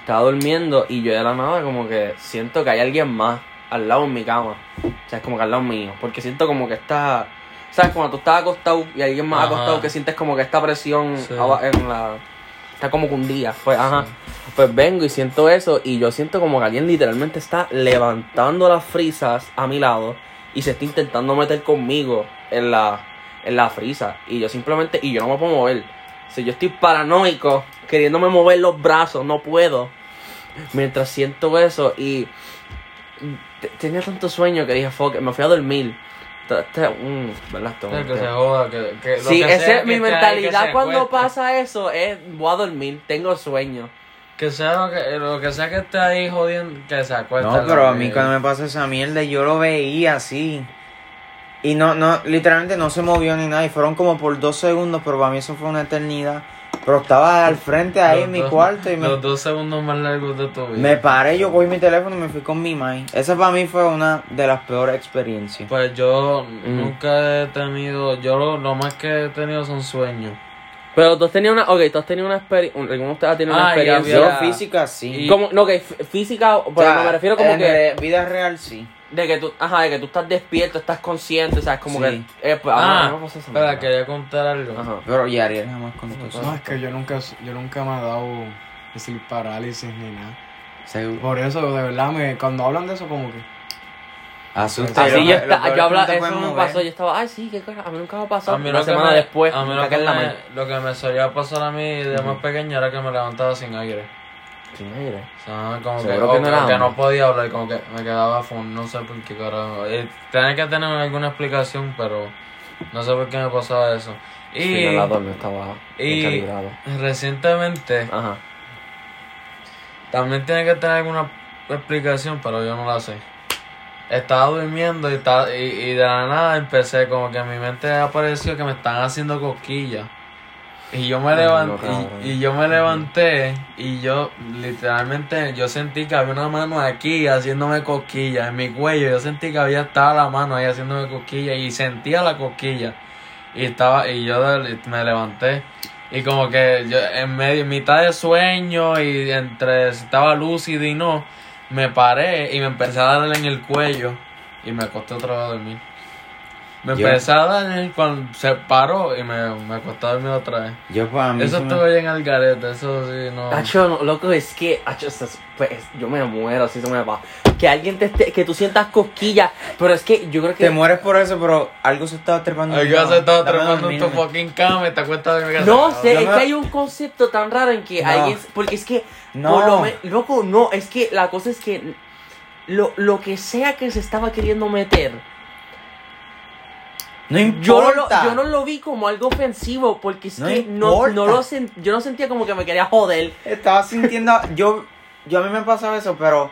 Speaker 3: estaba durmiendo y yo de la nada como que siento que hay alguien más al lado en mi cama. O sea, es como que al lado mío. Porque siento como que está... ¿Sabes? Cuando tú estás acostado y alguien más
Speaker 2: Ajá.
Speaker 3: acostado que sientes como que esta presión
Speaker 2: Sí.
Speaker 3: aba- en la... Está como que un día. Pues, ajá. Pues vengo y siento eso. Y yo siento como que alguien literalmente está levantando las frisas a mi lado. Y se está intentando meter conmigo en la, en la frisa. Y yo simplemente. Y yo no me puedo mover. Si yo estoy paranoico, queriéndome mover los brazos, no puedo. Mientras siento eso y. te- Tenía tanto sueño que dije, fuck, it", me fui a dormir. Ta- ta- mm, ¿verdad? Todo
Speaker 2: Sí,
Speaker 3: un
Speaker 2: que se
Speaker 3: tema.
Speaker 2: joda, que, que lo
Speaker 3: Sí,
Speaker 2: que sea
Speaker 3: esa es
Speaker 2: que esté
Speaker 3: mi
Speaker 2: ahí, que
Speaker 3: mentalidad
Speaker 2: se
Speaker 3: cuando
Speaker 2: acueste.
Speaker 3: pasa eso es voy a dormir, tengo sueño.
Speaker 2: Que sea lo que, lo que sea que esté ahí jodiendo, que se acueste.
Speaker 1: No, pero
Speaker 2: la-
Speaker 1: a mí cuando me pasó esa mierda yo lo veía así. Y no, no, literalmente no se movió ni nada. Y fueron como por dos segundos, pero para mí eso fue una eternidad. Pero estaba al frente ahí
Speaker 2: los
Speaker 1: en mi
Speaker 2: dos-
Speaker 1: cuarto y me,
Speaker 2: Los dos segundos más largos de tu vida.
Speaker 1: me paré, yo cogí mi teléfono y me fui con mi mai. Esa para mí fue una de las peores experiencias.
Speaker 2: Pues yo
Speaker 1: Mm.
Speaker 2: nunca he tenido, yo lo, lo más que he tenido son sueños.
Speaker 1: Mm.
Speaker 3: Pero tú has tenido una, ok, tú has tenido una experiencia, alguno de ustedes ha tenido una
Speaker 2: Ah, y
Speaker 3: experiencia.
Speaker 1: Yo
Speaker 2: había-
Speaker 1: física sí.
Speaker 2: y-
Speaker 3: Como, no, que f- física, Pues, pero
Speaker 1: O sea,
Speaker 3: no, me refiero como
Speaker 1: en
Speaker 3: que
Speaker 1: re- vida real sí.
Speaker 3: de que tú, ajá, de que tú estás despierto, estás consciente, o sea, es como
Speaker 1: Sí.
Speaker 3: que eh, pues, ajá,
Speaker 2: Ah,
Speaker 3: no me pasó esa
Speaker 2: espera,
Speaker 3: mierda.
Speaker 2: quería contar algo.
Speaker 3: Ajá.
Speaker 1: Pero ya Ariel jamás contó eso.
Speaker 4: No, es que yo nunca, yo nunca me he dado decir parálisis ni nada.
Speaker 1: Seguro.
Speaker 4: Por eso, de verdad, me, cuando hablan de eso, como que.
Speaker 1: Asusta.
Speaker 3: Así
Speaker 1: Lo-
Speaker 3: yo,
Speaker 1: lo
Speaker 3: está-
Speaker 1: peor
Speaker 3: yo
Speaker 1: es que no
Speaker 3: hablaba,
Speaker 1: te
Speaker 3: eso
Speaker 1: puedes
Speaker 3: me
Speaker 1: mover.
Speaker 3: pasó, yo estaba, ay sí, qué cosa, a mí nunca me pasó.
Speaker 2: A mí
Speaker 3: una
Speaker 2: lo que
Speaker 3: semana
Speaker 2: me-
Speaker 3: después,
Speaker 2: a mí
Speaker 3: me
Speaker 2: lo
Speaker 3: cagué
Speaker 2: que,
Speaker 3: en la
Speaker 2: me,
Speaker 3: mano.
Speaker 2: lo que me solía pasar a mí de más pequeño era que me levantaba sin aire.
Speaker 3: Sí, mira.
Speaker 2: O sea, como que,
Speaker 3: Seguro
Speaker 2: o
Speaker 3: que no era
Speaker 2: como que
Speaker 3: hambre.
Speaker 2: no podía hablar, como que me quedaba full, no sé por qué carajo. Eh, tenía que tener alguna explicación, pero no sé por qué me pasaba eso. Y
Speaker 3: Sí, no, la dormí, estaba
Speaker 2: y-
Speaker 3: calibrado.
Speaker 2: recientemente
Speaker 3: Ajá.
Speaker 2: también tiene que tener alguna explicación, pero yo no la sé. Estaba durmiendo y, ta- y, y de la nada empecé, como que en mi mente apareció que me están haciendo cosquillas. Y yo me
Speaker 3: Ay, no,
Speaker 2: levanté,
Speaker 3: cabrón.
Speaker 2: y, y yo me levanté y yo literalmente yo sentí que había una mano aquí haciéndome cosquillas en mi cuello. Yo sentí que había estaba la mano ahí haciéndome cosquillas y sentía la cosquilla. Y estaba y yo de- me levanté y como que yo en medio en mitad de sueño y entre si estaba lúcido y no, me paré y me empecé a darle en el cuello y me acosté otra vez a dormir. Me
Speaker 1: Yo-
Speaker 2: empecé a dar en- cuando se paró y me, me acosté a dormir otra vez.
Speaker 1: Yo para mí.
Speaker 2: Eso
Speaker 1: se me-
Speaker 2: estuvo bien al garete, eso sí, no.
Speaker 3: Acho, no, loco, es que acho, eso es- pues, yo me muero si se me va. Que alguien te esté, que tú sientas cosquillas, pero es que yo creo que
Speaker 1: Te mueres por eso, pero algo se estaba trepando. en
Speaker 2: Ay,
Speaker 1: mi
Speaker 2: que vas
Speaker 1: cama.
Speaker 2: a estar
Speaker 1: Dame
Speaker 2: trepando en tu
Speaker 1: dormirme.
Speaker 2: fucking cama y te acuestas de mi casa.
Speaker 3: no sé,
Speaker 1: Yo
Speaker 3: es
Speaker 1: me-
Speaker 3: que hay un concepto tan raro en que
Speaker 1: No.
Speaker 3: alguien porque es que
Speaker 1: No.
Speaker 3: por lo me- loco, no, es que la cosa es que lo, lo que sea que se estaba queriendo meter,
Speaker 1: No importa.
Speaker 3: yo no, lo, yo no lo vi como algo ofensivo porque es
Speaker 1: No
Speaker 3: que no, no
Speaker 1: importa.
Speaker 3: lo sen- yo no sentía como que me quería joder.
Speaker 1: Estaba sintiendo. Yo, yo a mí me pasaba eso, pero.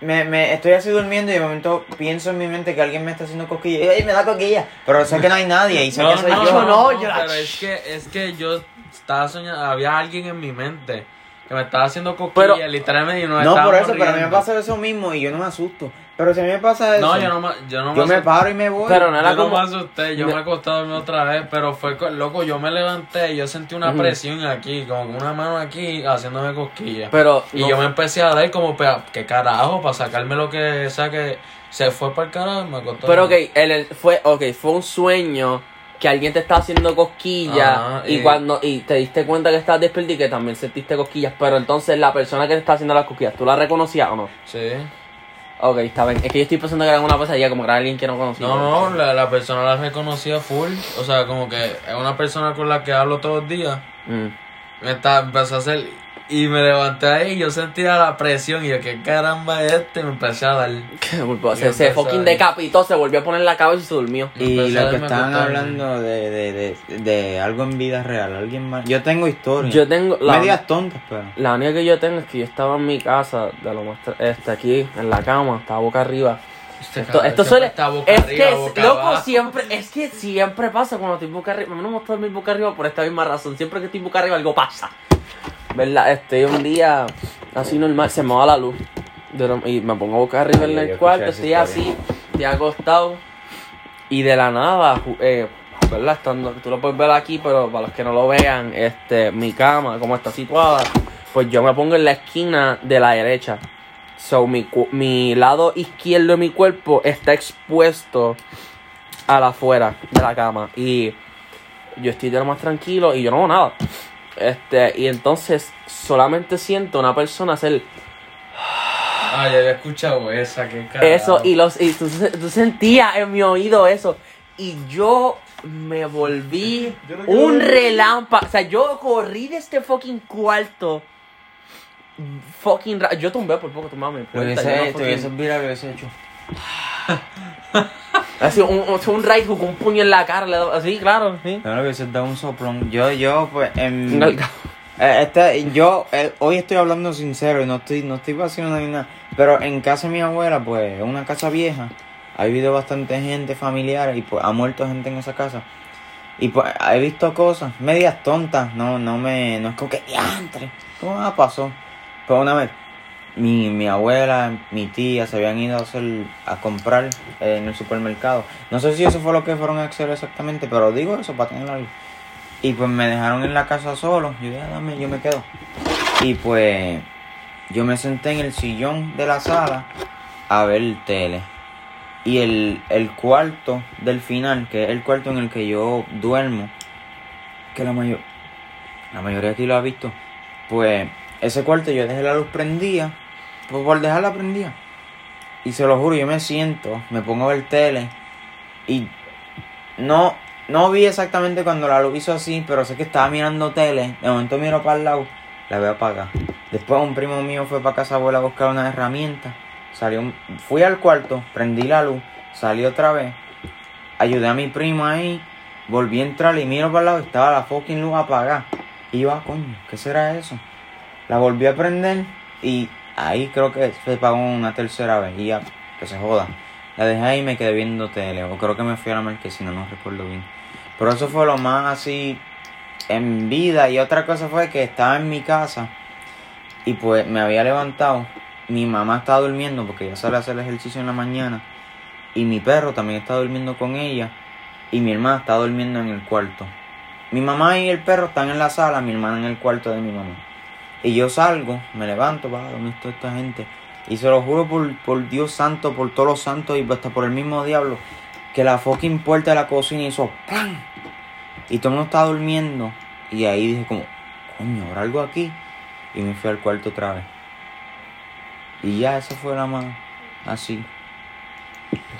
Speaker 1: Me, me estoy así durmiendo y de momento pienso en mi mente que alguien me está haciendo cosquillas. ¡Ey, me da cosquillas! Pero sé que no hay nadie y sé que soy
Speaker 3: no,
Speaker 1: yo.
Speaker 3: no, no, yo la-
Speaker 2: pero es que, es que yo estaba soñando, había alguien en mi mente que me estaba haciendo coquilla,
Speaker 3: Pero-
Speaker 2: literalmente, y nos
Speaker 1: No, por
Speaker 2: estábamos
Speaker 1: eso, pero a mí me
Speaker 2: riendo.
Speaker 1: pasa eso mismo y yo no me asusto. Pero si a mí me pasa eso.
Speaker 2: No, yo no me, yo no
Speaker 1: yo me
Speaker 2: asusté.
Speaker 1: paro y me voy.
Speaker 3: Pero no era
Speaker 2: yo no
Speaker 3: como
Speaker 2: me asusté, yo
Speaker 3: No.
Speaker 2: me acosté a dormir otra vez, pero fue co- loco, yo me levanté y yo sentí una presión aquí, como una mano aquí haciéndome cosquillas.
Speaker 3: pero
Speaker 2: Y
Speaker 3: no-
Speaker 2: yo me empecé a dar como, pe- ¿qué carajo? Para sacarme lo que saque. Se fue para el carajo y me acostó.
Speaker 3: Pero ok, el, el- fue, okay, fue un sueño que alguien te estaba haciendo cosquillas
Speaker 2: Ajá,
Speaker 3: y,
Speaker 2: y-
Speaker 3: cuando y te diste cuenta que estabas despierto y que también sentiste cosquillas, pero entonces la persona que te estaba haciendo las cosquillas, ¿tú la reconocías o no?
Speaker 2: Sí.
Speaker 3: Ok, está bien. Es que yo estoy pensando que era una pesadilla como que era alguien que no conocía.
Speaker 2: No, no, la, la persona la reconocía full. O sea, como que es una persona con la que hablo todos los días.
Speaker 3: Mm.
Speaker 2: Me está, empezó a hacer. Y me levanté ahí y yo sentía la presión. Y yo, ¿qué caramba es este? Y me empecé a dar.
Speaker 3: Qué culpa.
Speaker 2: Yo
Speaker 3: Se, se
Speaker 2: empecé a-
Speaker 3: fucking decapitó, se volvió a poner la cabeza y se durmió.
Speaker 1: Y
Speaker 2: Empezar
Speaker 1: lo que
Speaker 2: me
Speaker 1: estaban
Speaker 2: acostar.
Speaker 1: hablando de, de, de, de algo en vida real, alguien más. Yo tengo historia.
Speaker 3: Yo tengo la,
Speaker 1: Medias tontas, pero.
Speaker 3: la única que yo tengo es que yo estaba en mi casa, de lo más tra- este aquí en la cama, estaba boca arriba. Esto, esto suele.
Speaker 2: Este Está boca
Speaker 3: es
Speaker 2: arriba,
Speaker 3: que,
Speaker 2: boca
Speaker 3: loco,
Speaker 2: abajo.
Speaker 3: siempre. Es que siempre pasa cuando estoy boca arriba. A mí no me gusta dormir boca arriba por esta misma razón. Siempre que estoy boca arriba, algo pasa. ¿Verdad? Este, un día así normal, se me va la luz. De lo- y me pongo boca arriba en
Speaker 1: Ay, yo
Speaker 3: el
Speaker 1: escuché
Speaker 3: cuarto,
Speaker 1: esa
Speaker 3: estoy
Speaker 1: historia.
Speaker 3: así, estoy acostado. Y de la nada, ju- eh, ¿verdad? Estando, tú lo puedes ver aquí, pero para los que no lo vean, este, mi cama, como está situada, pues yo me pongo en la esquina de la derecha. So, mi, cu- mi lado izquierdo de mi cuerpo está expuesto a la afuera de la cama. Y yo estoy de lo más tranquilo y yo no hago nada. Este, y entonces solamente siento una persona hacer
Speaker 2: Ah, ya había escuchado esa, que
Speaker 3: eso y los y tú, tú sentías en mi oído eso y yo me volví un relámpago, o sea, yo corrí de este fucking cuarto fucking ra- yo tumbé por poco tumbaba mi
Speaker 1: Lo
Speaker 3: puerta, yo no
Speaker 1: hubiese, te
Speaker 3: fucking-
Speaker 1: hubiese mira, lo hubiese hecho.
Speaker 3: Así, un, un, un right hook, un puño en la cara, le daba- así, claro, sí.
Speaker 1: No, le hubiese dado un soplón. Yo, yo, pues, en...
Speaker 3: Una alca-
Speaker 1: Eh, este, yo eh, hoy estoy hablando sincero y no estoy, no estoy vacilando ni nada. Pero en casa de mi abuela, pues, es una casa vieja. Ha habido bastante gente familiar y pues ha muerto gente en esa casa. Y pues he visto cosas medias tontas. No, no me. No es como que diantre. ¿Cómo me pasó? Pues una vez, mi, mi abuela, mi tía se habían ido a hacer, a comprar eh, en el supermercado. No sé si eso fue lo que fueron a hacer exactamente, pero digo eso para tener algo. Y pues me dejaron en la casa solo. Yo dije, "Ah, dame, yo me quedo. Y pues yo me senté en el sillón de la sala a ver tele. Y el, el cuarto del final, que es el cuarto en el que yo duermo, que la, mayo- la mayoría aquí lo ha visto, pues ese cuarto yo dejé la luz prendida, pues por dejarla prendida. Y se lo juro, yo me siento, me pongo a ver tele y no, no vi exactamente cuando la luz hizo así, pero sé que estaba mirando tele. De momento miro para el lado, la veo apagada. Después un primo mío fue para casa abuela a buscar una herramienta. Salió, un- fui al cuarto, prendí la luz, salí otra vez. Ayudé a mi primo ahí, volví a entrar y miro para el lado, estaba la fucking luz apagada. Y yo, ah, coño, ¿qué será eso? La volví a prender y ahí creo que se pagó una tercera vez y ya, que se joda. La dejé ahí y me quedé viendo tele. O creo que me fui a la marquesina, no recuerdo bien. Pero eso fue lo más así en vida. Y otra cosa fue que estaba en mi casa y pues me había levantado. Mi mamá estaba durmiendo porque ella sale a hacer ejercicio en la mañana. Y mi perro también estaba durmiendo con ella. Y mi hermana estaba durmiendo en el cuarto. Mi mamá y el perro están en la sala, mi hermana en el cuarto de mi mamá. Y yo salgo, me levanto, para ¿dónde está esta gente? Y se lo juro por, por Dios santo, por todos los santos y hasta por el mismo diablo, que la fucking puerta de la cocina hizo ¡pam! Y todo el mundo estaba durmiendo. Y ahí dije como, coño, ¿habrá algo aquí? Y me fui al cuarto otra vez. Y ya, eso fue la mano. Así.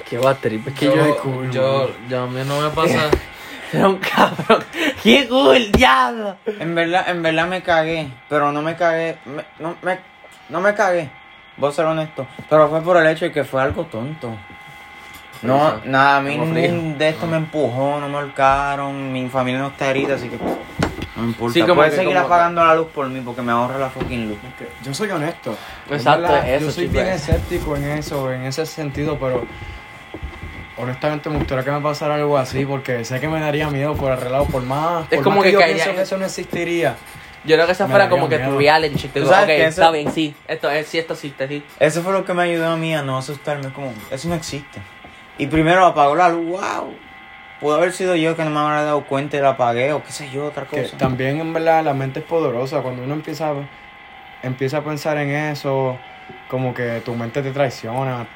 Speaker 3: Qué batería, es que yo,
Speaker 2: yo,
Speaker 3: era cool,
Speaker 2: yo,
Speaker 3: man.
Speaker 2: yo a mí no me pasa.
Speaker 3: Era un cabrón. Qué cool, diablo.
Speaker 1: En verdad, en verdad me cagué, pero no me cagué, me- no, me, no me cagué, voy a ser honesto, pero fue por el hecho de que fue algo tonto. No,
Speaker 2: Frijo.
Speaker 1: nada, a mí
Speaker 2: Como frijo.
Speaker 1: ningún de estos me empujó, no me ahorcaron, mi familia no está herida, así que no me importa.
Speaker 2: Sí, como
Speaker 1: Puedes
Speaker 2: que-
Speaker 1: seguir
Speaker 2: como-
Speaker 1: apagando la luz por mí porque me ahorra la fucking luz.
Speaker 4: Ok, Yo soy honesto.
Speaker 3: Exacto,
Speaker 4: En verdad,
Speaker 3: eso, pues.
Speaker 4: Yo soy
Speaker 3: chico,
Speaker 4: bien
Speaker 3: eso.
Speaker 4: escéptico en eso, en ese sentido, pero honestamente me gustaría que me pasara algo así porque sé que me daría miedo por arreglado, por más.
Speaker 3: Es
Speaker 4: por
Speaker 3: como
Speaker 4: más
Speaker 3: que
Speaker 4: yo
Speaker 3: caería-
Speaker 4: pienso que eso no existiría.
Speaker 3: Yo creo que esa
Speaker 4: Me
Speaker 3: fuera
Speaker 4: daría
Speaker 3: como que tu
Speaker 4: miedo.
Speaker 3: reality check. Digo,
Speaker 1: sabes
Speaker 3: ok,
Speaker 1: que eso-
Speaker 3: está bien, sí. Esto es, sí, esto existe, sí.
Speaker 1: Eso fue lo que me ayudó a mí a no asustarme, como, eso no existe. Y primero apagó la luz, wow. Pudo haber sido yo que no me habría dado cuenta y la apagué o qué sé yo, otra
Speaker 4: Que
Speaker 1: cosa.
Speaker 4: también en verdad la mente es poderosa. Cuando uno empieza a, empieza a pensar en eso, como que tu mente te traiciona,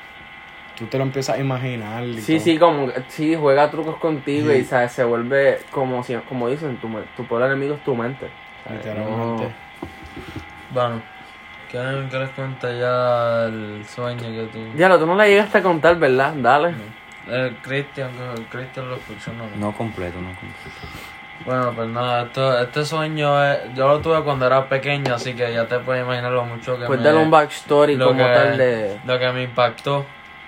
Speaker 4: tú te lo empiezas a imaginar. y
Speaker 3: Sí,
Speaker 4: todo.
Speaker 3: sí, como sí, juega trucos contigo y
Speaker 4: Ujú.
Speaker 3: ¿sabes? se vuelve como si- como dicen, tu, me- tu peor enemigo es tu mente. ¿sabes?
Speaker 4: Literalmente.
Speaker 3: No.
Speaker 2: Bueno, ¿qué, qué les cuenta ya el sueño que tuve?
Speaker 3: Diablo, tú no la llegaste a contar, ¿verdad? Dale.
Speaker 2: El Cristian, que el Cristian lo escuchó, no.
Speaker 1: No completo, no completo.
Speaker 2: Bueno, pues nada, esto, este sueño es- yo lo tuve cuando era pequeño, así que ya te puedes imaginar lo mucho que
Speaker 3: Pues
Speaker 2: me...
Speaker 3: dale un backstory
Speaker 2: lo
Speaker 3: como
Speaker 2: que-
Speaker 3: tal de.
Speaker 2: Lo que me impactó,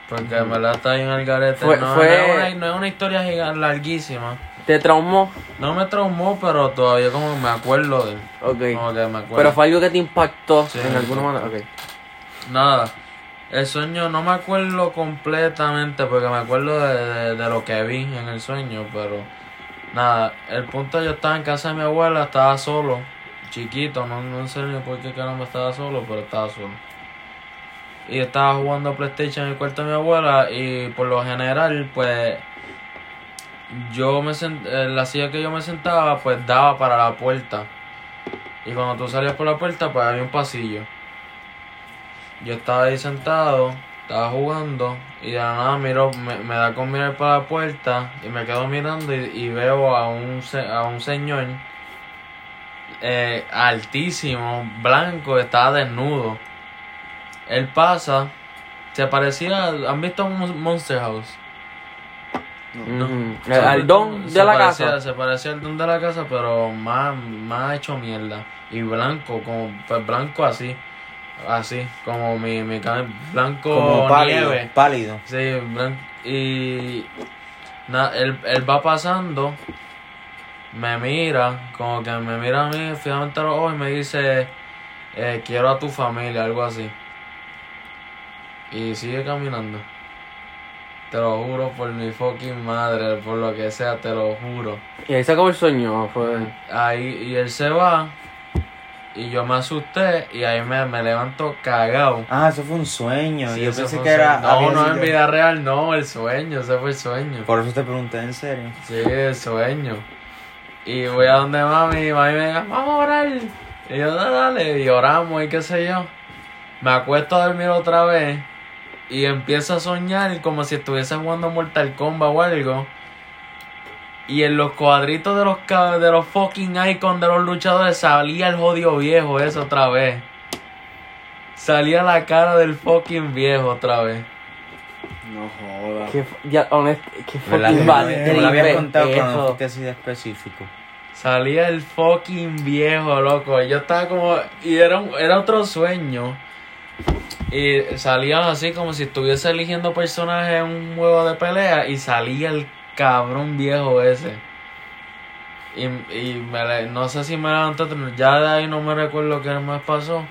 Speaker 2: porque me la está ahí en el garete.
Speaker 3: Fue-
Speaker 2: no,
Speaker 3: fue-
Speaker 2: no es una, no es una historia giga- larguísima.
Speaker 3: ¿Te traumó?
Speaker 2: No me traumó, pero todavía como me acuerdo de él.
Speaker 3: Ok.
Speaker 2: Como que me acuerdo.
Speaker 3: Pero fue algo que te impactó
Speaker 2: Sí.
Speaker 3: en alguna manera. Ok.
Speaker 2: Nada. El sueño no me acuerdo completamente porque me acuerdo de, de- de lo que vi en el sueño, pero nada. El punto yo estaba en casa de mi abuela, estaba solo, chiquito, no, no sé ni por qué caramba estaba solo, pero estaba solo. Y estaba jugando PlayStation en el cuarto de mi abuela y por lo general, pues yo me sent- eh, la silla que yo me sentaba, pues daba para la puerta. Y cuando tú salías por la puerta, pues había un pasillo. Yo estaba ahí sentado, estaba jugando y de la nada miro, me, me da con mirar para la puerta y me quedo mirando y, y veo a un, se- a un señor eh, altísimo, blanco, estaba desnudo. Él pasa, se parecía. ¿Han visto Mon- Monster House?
Speaker 3: Ujú.
Speaker 1: Mm,
Speaker 2: Se-
Speaker 3: El, al don
Speaker 2: se
Speaker 3: de la
Speaker 2: parecía-
Speaker 3: casa.
Speaker 2: Se parecía al don de la casa, pero más, más hecho mierda. Y blanco, como pues blanco así. Así, como mi, mi ca- blanco
Speaker 1: Como pálido.
Speaker 2: nieve.
Speaker 1: Pálido.
Speaker 2: Sí, blanco. Y na- él, él va pasando, me mira, como que me mira a mí fijamente a los ojos y me dice, eh, quiero a tu familia, algo así. Y sigue caminando. Te lo juro por mi fucking madre, por lo que sea, te lo juro.
Speaker 3: Y ahí se acabó el sueño. Fue.
Speaker 2: Ahí, y él se va, y yo me asusté, y ahí me, me levanto cagado.
Speaker 1: Ah, eso fue un sueño.
Speaker 2: Sí,
Speaker 1: Yo
Speaker 2: eso
Speaker 1: pensé
Speaker 2: fue
Speaker 1: que
Speaker 2: un
Speaker 1: era.
Speaker 2: sueño.
Speaker 1: había
Speaker 2: No, no,
Speaker 1: sido-
Speaker 2: en vida real, no, el sueño, ese fue el sueño.
Speaker 1: Por eso te pregunté en serio.
Speaker 2: Sí, el sueño. Y voy a donde mami, y mami me dice, vamos a orar. Y yo, "Da- dale, y oramos y qué sé yo. Me acuesto a dormir otra vez y empiezo a soñar como si estuviese jugando Mortal Kombat o algo. Y en los cuadritos de los, ca- de los fucking icons de los luchadores salía el jodido viejo eso otra vez. Salía la cara del fucking viejo otra vez.
Speaker 4: No jodas.
Speaker 3: Qué, fu- ya, honest, qué
Speaker 1: ¿Verdad?
Speaker 3: fucking bad
Speaker 1: Que me lo
Speaker 3: trip
Speaker 1: habías
Speaker 3: es
Speaker 1: contado cuando
Speaker 3: eso.
Speaker 1: fuiste así de específico.
Speaker 2: Salía el fucking viejo, loco. Yo estaba como. Y era, un- era otro sueño. Y salía así como si estuviese eligiendo personajes en un juego de pelea. Y salía el cabrón viejo ese. Y, y me le- no sé si me levanté. Ya de ahí no me recuerdo qué más pasó.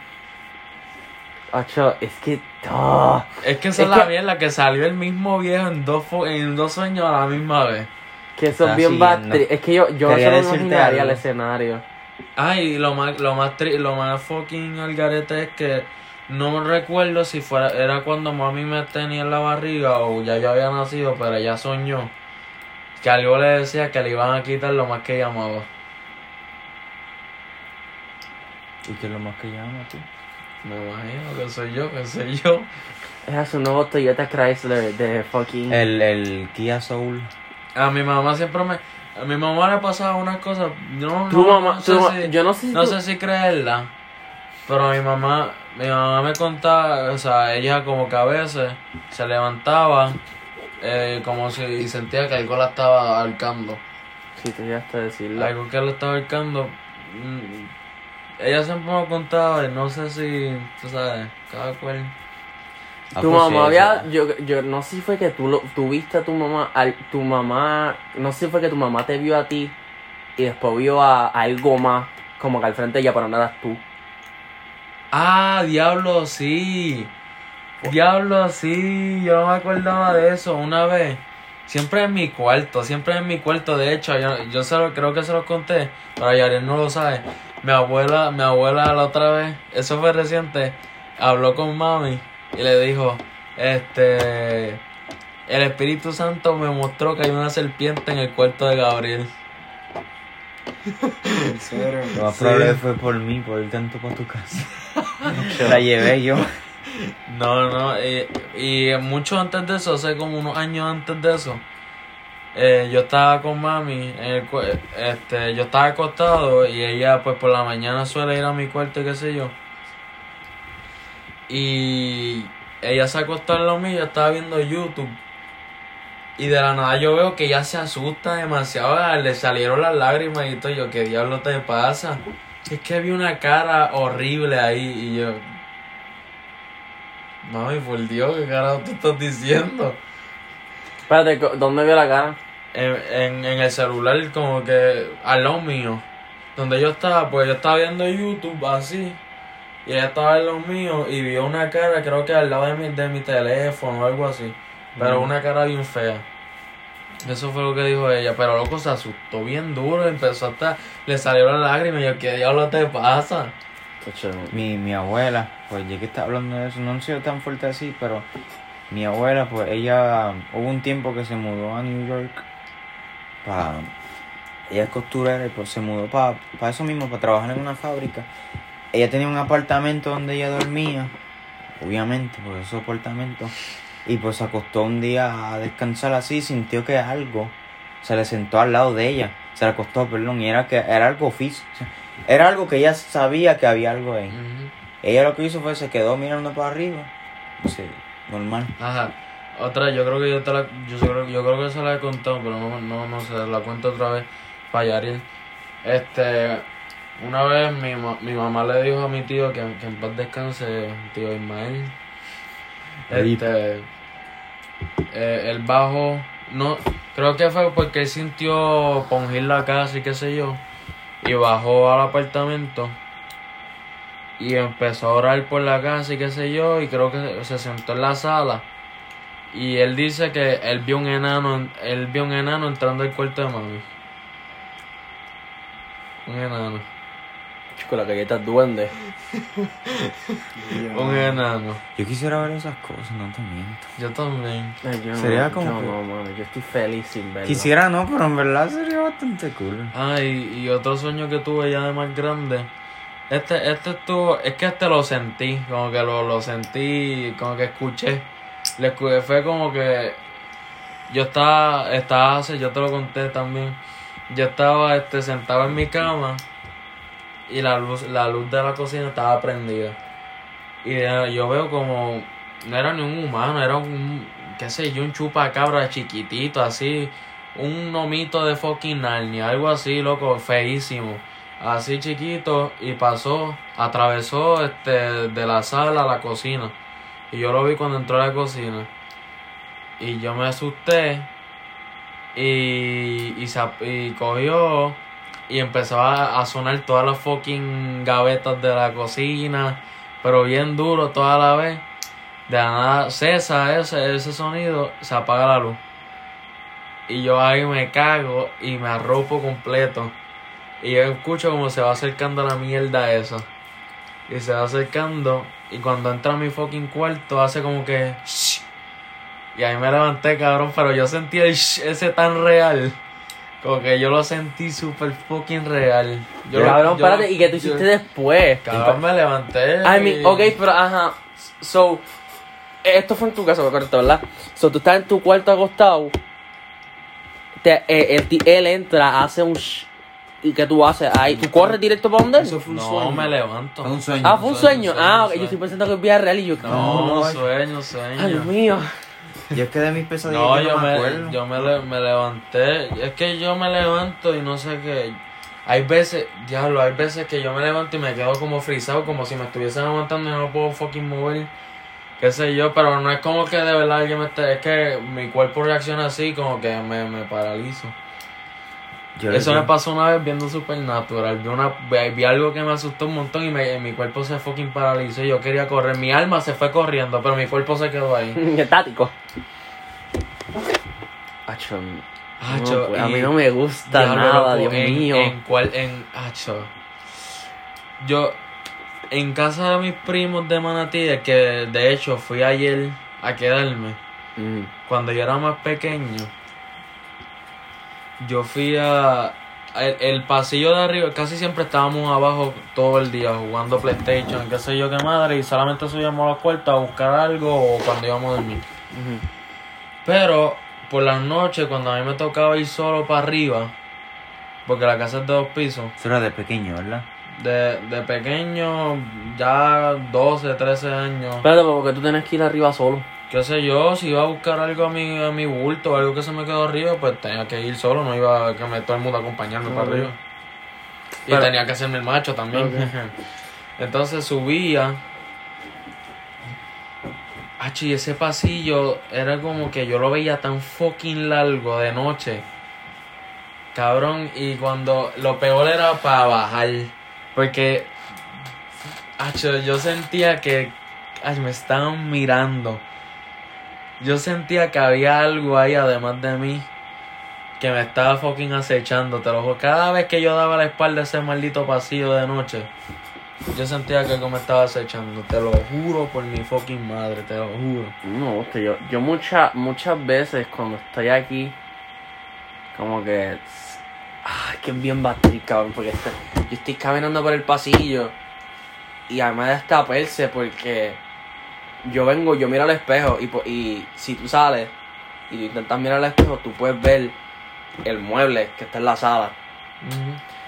Speaker 3: Acho, es que. ah.
Speaker 2: Es que esa
Speaker 3: Es
Speaker 2: es la
Speaker 3: que-
Speaker 2: mierda que salió el mismo viejo en dos, fu- en dos sueños a la misma vez.
Speaker 3: Que eso es
Speaker 1: Está
Speaker 3: bien bad
Speaker 1: siguiendo.
Speaker 3: trip. Es que yo, yo no
Speaker 1: Quería
Speaker 3: se lo
Speaker 1: decirte
Speaker 3: imaginaría el
Speaker 1: algo.
Speaker 3: escenario.
Speaker 2: Ay, Ah, lo más, lo más tri- lo más fucking al garete es que no recuerdo si fuera, era cuando mami me tenía en la barriga o ya yo había nacido, pero ella soñó que algo le decía que le iban a quitar lo más que ella amaba.
Speaker 1: ¿Y qué es lo más que llama, tú?
Speaker 2: Me imagino que soy yo, que soy yo.
Speaker 3: Era su nuevo Toyota Chrysler de fucking.
Speaker 1: Mm. El, el Kia Soul.
Speaker 2: A mi mamá siempre me, a mi mamá le pasaba unas cosas, yo no,
Speaker 3: tu
Speaker 2: no-
Speaker 3: mamá.
Speaker 2: no
Speaker 3: tu
Speaker 2: sé
Speaker 3: ma-
Speaker 2: si-
Speaker 3: yo no sé si.
Speaker 2: No
Speaker 3: tu-
Speaker 2: sé si creerla, pero mi mamá, mi mamá me contaba, o sea, ella como que a veces se levantaba eh, como si y sentía que algo la estaba ahorcando.
Speaker 3: Si te llegaste a decirlo.
Speaker 2: Algo que la estaba ahorcando. mm, Ella siempre me contaba, y no sé si, tú sabes, cada cual.
Speaker 1: Ah,
Speaker 3: Tu
Speaker 1: pues sí,
Speaker 3: mamá había,
Speaker 1: sí.
Speaker 3: yo, yo no sé si fue que tú lo, tuviste a tu mamá, al, tu mamá, no sé si fue que tu mamá te vio a ti y después vio a, a algo más, como que al frente de ella, pero no eras tú.
Speaker 2: Ah, diablo, sí. Diablo, sí. Yo no me acordaba de eso una vez. Siempre en mi cuarto, siempre en mi cuarto. De hecho, yo, yo se lo- creo que se los conté, pero Yariel no lo sabe. Mi abuela, mi abuela la otra vez, eso fue reciente, habló con mami y le dijo, este, el Espíritu Santo me mostró que hay una serpiente en el cuarto de Gabriel.
Speaker 4: En serio.
Speaker 1: Lo más probable fue por mí, por el tanto para tu casa. la llevé yo.
Speaker 2: No, no, eh, y, mucho antes de eso, hace como unos años antes de eso, eh, yo estaba con mami, en el, cua- este, yo estaba acostado y ella pues por la mañana suele ir a mi cuarto y qué sé yo. Y ella se acostó en lo mío, yo estaba viendo YouTube. Y de la nada yo veo que ella se asusta demasiado, ah, le salieron las lágrimas y todo, yo, ¿qué diablo te pasa? Es que vi una cara horrible ahí y yo, Mami, por Dios, ¿qué carajo tú estás diciendo?
Speaker 3: Espérate, co- ¿dónde vio la cara?
Speaker 2: En, en, en el celular, como que al lado mío. Donde yo estaba, pues yo estaba viendo YouTube así. Y ella estaba al lado mío y vio una cara, creo que al lado de mi, de mi teléfono o algo así. Pero una cara bien fea. Eso fue lo que dijo ella. Pero loco se asustó bien duro, empezó hasta. Le salió la lágrima y yo, ¿qué diablo te pasa?
Speaker 1: Mi, mi abuela, pues ya que está hablando de eso, no han sido tan fuerte así, pero mi abuela, pues ella, hubo un tiempo que se mudó a New York para... Ella es costurera y pues se mudó para eso mismo, para trabajar en una fábrica. Ella tenía un apartamento donde ella dormía, obviamente, por esos apartamentos. Y pues se acostó un día a descansar así, sintió que algo se le sentó al lado de ella, se le acostó, perdón, y era que era algo físico. Era algo que ella sabía que había algo ahí. Ella lo que hizo fue se quedó mirando para arriba. Sí, normal.
Speaker 2: Ajá. Otra, yo creo que yo te la, yo creo, yo creo que se la he contado, pero no, no, no se la cuento otra vez para Yariel. Este, una vez mi, ma- mi mamá le dijo a mi tío que, que en paz descanse, tío Ismael. Este, eh, él bajó, no, creo que fue porque él sintió pongir la casa y qué sé yo, y bajó al apartamento. Y empezó a orar por la casa y qué sé yo, y creo que se sentó en la sala. Y él dice que él vio un enano, él vio un enano entrando al cuarto de mami. Un enano.
Speaker 3: Chico, la galleta duende.
Speaker 2: Un enano.
Speaker 1: Yo quisiera ver esas cosas, no te miento.
Speaker 2: Yo también.
Speaker 1: Sería como
Speaker 3: No,
Speaker 1: que-
Speaker 3: no, mano, yo estoy feliz sin verlo.
Speaker 1: Quisiera no, pero en verdad sería bastante cool.
Speaker 2: Ah, y, y otro sueño que tuve ya de más grande. Este, este estuvo, es que este lo sentí, como que lo, lo sentí, como que escuché. Le escu- fue como que yo estaba, estaba hace, yo te lo conté también. Yo estaba este sentado en mi cama y la luz, la luz de la cocina estaba prendida. Y eh, yo veo como no era ni un humano, era un qué sé yo, un chupacabra chiquitito así, un nomito de fucking Narnia, algo así, loco, feísimo. Así chiquito y pasó, atravesó este de la sala a la cocina. Y yo lo vi cuando entró a la cocina. Y yo me asusté y, y, sap- y cogió y empezaba a sonar todas las fucking gavetas de la cocina, pero bien duro toda la vez. De la nada cesa ese, ese sonido, se apaga la luz. Y yo ahí me cago y me arropo completo. Y yo escucho como se va acercando la mierda esa. Y se va acercando. Y cuando entra a mi fucking cuarto hace como que... "Shh". Y ahí me levanté, cabrón. Pero yo sentí el "Shh" ese tan real. Como que yo lo sentí súper fucking real. Yo lo-
Speaker 3: Cabrón,
Speaker 2: yo lo-
Speaker 3: espérate, ¿y qué tú
Speaker 2: yo-
Speaker 3: hiciste después?
Speaker 2: Cabrón, me levanté.
Speaker 3: I
Speaker 2: y-
Speaker 3: mean, ok, pero ajá. So, esto fue en tu casa, me acuerdo, ¿verdad? So, tú estás en tu cuarto acostado. Te, eh, el ti- él entra, hace un sh. ¿Y qué tú haces? Ahí, ¿Tú corres directo para donde él?
Speaker 4: Eso fue un
Speaker 2: No,
Speaker 4: sueño.
Speaker 2: me levanto.
Speaker 1: Fue un sueño.
Speaker 3: Ah, fue un sueño.
Speaker 2: sueño,
Speaker 3: Ah, ok,
Speaker 2: sueño.
Speaker 3: yo estoy pensando que es vida real y yo.
Speaker 2: No,
Speaker 3: Ay,
Speaker 2: sueño, sueño.
Speaker 3: Dios mío.
Speaker 1: Yo es que de mis pesadillas
Speaker 2: No,
Speaker 1: yo no
Speaker 2: yo
Speaker 1: me
Speaker 2: me,
Speaker 1: acuerdo.
Speaker 2: yo me, le- me levanté. Es que yo me levanto y no sé qué. Hay veces, diablo, hay veces que yo me levanto y me quedo como frisado, como si me estuviesen aguantando y no puedo fucking mover. Qué sé yo, pero no es como que de verdad alguien me esté. Es que mi cuerpo reacciona así, como que me, me paralizo.
Speaker 1: Yo le
Speaker 2: Eso
Speaker 1: digo,
Speaker 2: me pasó una vez viendo Supernatural. Vi, una, vi- vi algo que me asustó un montón y me- mi cuerpo se fucking paralizó. Yo quería correr. Mi alma se fue corriendo, pero mi cuerpo se quedó ahí.
Speaker 3: Estático. Acho, no,
Speaker 2: Acho,
Speaker 3: pues, a
Speaker 2: y-
Speaker 3: mí no me gusta
Speaker 2: diablo,
Speaker 3: nada,
Speaker 2: loco,
Speaker 3: Dios
Speaker 2: en-
Speaker 3: mío.
Speaker 2: En cuál, en. Acho. Yo. En casa de mis primos de Manatí, de que de hecho fui ayer a quedarme.
Speaker 3: Mm.
Speaker 2: cuando yo era más pequeño, yo fui a. El, el pasillo de arriba, casi siempre estábamos abajo todo el día jugando PlayStation, qué sé yo qué madre, y solamente subíamos a los cuartos a buscar algo o cuando íbamos a dormir.
Speaker 3: Ujú.
Speaker 2: Pero por las noches, cuando a mí me tocaba ir solo para arriba, porque la casa es de dos pisos,
Speaker 1: Eso era de pequeño, ¿verdad?
Speaker 2: de, de pequeño, ya 12, 13 años,
Speaker 3: Espérate, porque tú tienes que ir arriba solo.
Speaker 2: qué sé yo, si iba a buscar algo a mi, a mi bulto, algo que se me quedó arriba, pues tenía que ir solo, no iba a que me, todo el mundo a acompañarme para arriba. Y
Speaker 3: Pero-
Speaker 2: tenía que hacerme el macho también. Entonces subía. Achi, y ese pasillo era como que yo lo veía tan fucking largo de noche. Cabrón, y cuando lo peor era para bajar. Porque Acho, yo sentía que ay, me estaban mirando. Yo sentía que había algo ahí además de mí que me estaba fucking acechando, te lo juro. Cada vez que yo daba la espalda a ese maldito pasillo de noche, yo sentía que algo me estaba acechando, te lo juro por mi fucking madre, te lo juro.
Speaker 3: No, que yo, yo mucha- muchas veces cuando estoy aquí, como que. Ay, que es bien batir, cabrón, porque este- yo estoy caminando por el pasillo y además de destaparse porque yo vengo, yo miro al espejo y, po- y si tú sales y tú intentas mirar al espejo, tú puedes ver el mueble que está en la sala.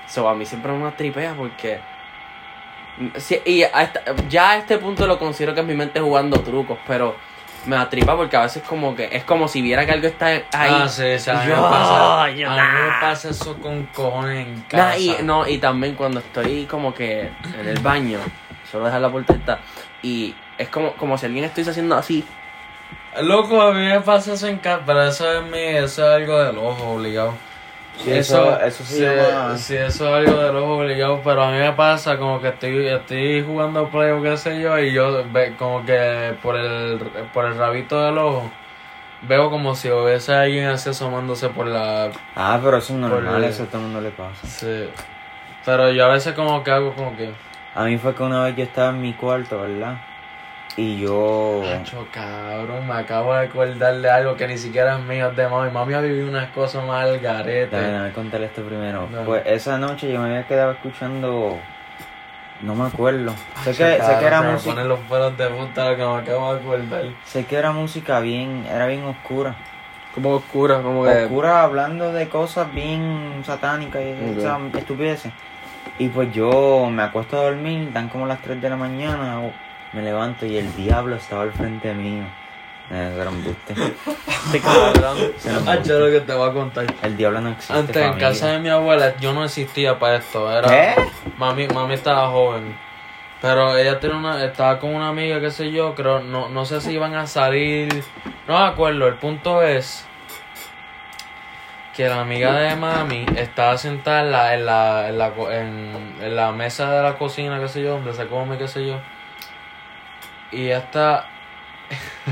Speaker 3: So, a mí siempre me tripea porque. Sí, y a esta- ya a este punto lo considero que es mi mente jugando trucos, pero me atripa porque a veces como que es como si viera que algo está ahí.
Speaker 2: Ah, sí, sí, a mí me
Speaker 3: Yo-
Speaker 2: pasa, a mí
Speaker 3: yo-
Speaker 2: me pasa eso con cojones en casa.
Speaker 3: Nah, y, no, y también cuando estoy como que en el baño, solo dejar la puerta abierta, y es como, como si alguien estuviese haciendo así.
Speaker 2: Loco, a mí me pasa eso en casa, pero eso es, mi, eso es algo del ojo obligado.
Speaker 1: Sí, eso- eso se llama-
Speaker 2: sí, eso es algo del ojo obligado, pero a mí me pasa como que estoy, estoy jugando play o qué sé yo, y yo ve- como que por el, por el rabito del ojo veo como si hubiese alguien así asomándose por la...
Speaker 1: Ah, pero eso es normal,
Speaker 2: Por-
Speaker 1: eso a todo el mundo le pasa.
Speaker 2: sí. Pero yo a veces como que hago como que...
Speaker 1: A mí fue que una vez yo estaba en mi cuarto, ¿verdad? Y yo.
Speaker 2: Acho, cabrón, me acabo de acordar de algo que ni siquiera es mío, es de mami. Mami ha vivido unas cosas más al garete.
Speaker 1: Dame, dame contarle esto primero.
Speaker 2: Dale.
Speaker 1: Pues esa noche yo me había quedado escuchando. No me acuerdo.
Speaker 2: Acho,
Speaker 1: Sé que, sé
Speaker 2: cabrón,
Speaker 1: que era
Speaker 2: se me
Speaker 1: música.
Speaker 2: ponen los pelos de punta lo que me acabo de acordar.
Speaker 1: Sé que era música bien. Era bien oscura.
Speaker 3: Como oscura, como
Speaker 1: Oscura hablando de cosas bien satánicas y
Speaker 3: Ok.
Speaker 1: esas estupideces. Y pues yo me acuesto a dormir, dan como las 3 de la mañana, o- me levanto y el diablo estaba al frente mío. Eh, Eso era un embuste.
Speaker 2: Este cabrón.
Speaker 1: Se nos
Speaker 2: Acho, Ah, lo que te voy a contar.
Speaker 1: El diablo no existe.
Speaker 2: Antes, en
Speaker 1: Este familia.
Speaker 2: casa de mi abuela, yo no existía para esto. Era,
Speaker 1: ¿Qué?
Speaker 2: Mami, mami estaba joven. Pero ella tenía una, estaba con una amiga, qué sé yo, creo, no, no sé si iban a salir. No me acuerdo, el punto es que la amiga de mami estaba sentada en la, en la, en la, co- en- en la mesa de la cocina, qué sé yo, donde se come, qué sé yo. Y ella está.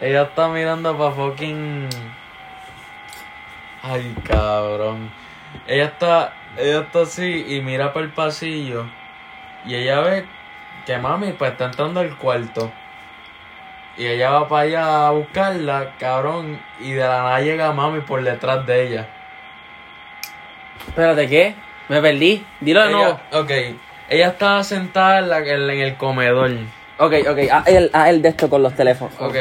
Speaker 2: ella está mirando para fucking. Ay, cabrón. Ella está. Ella está así y mira para el pasillo. Y ella ve que mami pues está entrando al cuarto. Y ella va para allá a buscarla, cabrón. Y de la nada llega mami por detrás de ella.
Speaker 3: Espérate, ¿qué? Me perdí. Dilo de nuevo.
Speaker 2: Ella, ok. Ella estaba sentada en, la- en- en el comedor.
Speaker 3: Ok, ok, ah, a él, a él de esto con los teléfonos.
Speaker 2: Ok.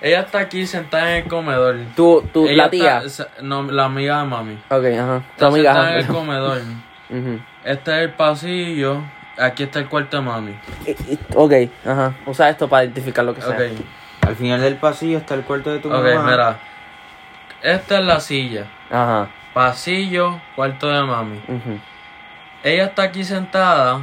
Speaker 2: Ella está aquí sentada en el comedor.
Speaker 3: Tú, tú,
Speaker 2: Ella
Speaker 3: la tía.
Speaker 2: está- se- no, la amiga de mami.
Speaker 3: Ok, ajá. Tu
Speaker 2: Está
Speaker 3: amiga.
Speaker 2: sentada en el
Speaker 3: ajá.
Speaker 2: comedor.
Speaker 3: Ujú.
Speaker 2: Este es el pasillo. Aquí está el cuarto de mami.
Speaker 3: Y- y- Eh, Ok, ajá. Usa esto para identificar lo que sea.
Speaker 2: Ok.
Speaker 1: Al final del pasillo está el cuarto de tu
Speaker 2: Ok,
Speaker 1: mamá.
Speaker 2: mira. Esta es la silla.
Speaker 3: Ajá.
Speaker 2: Pasillo, cuarto de mami.
Speaker 3: ujú.
Speaker 2: Ella está aquí sentada.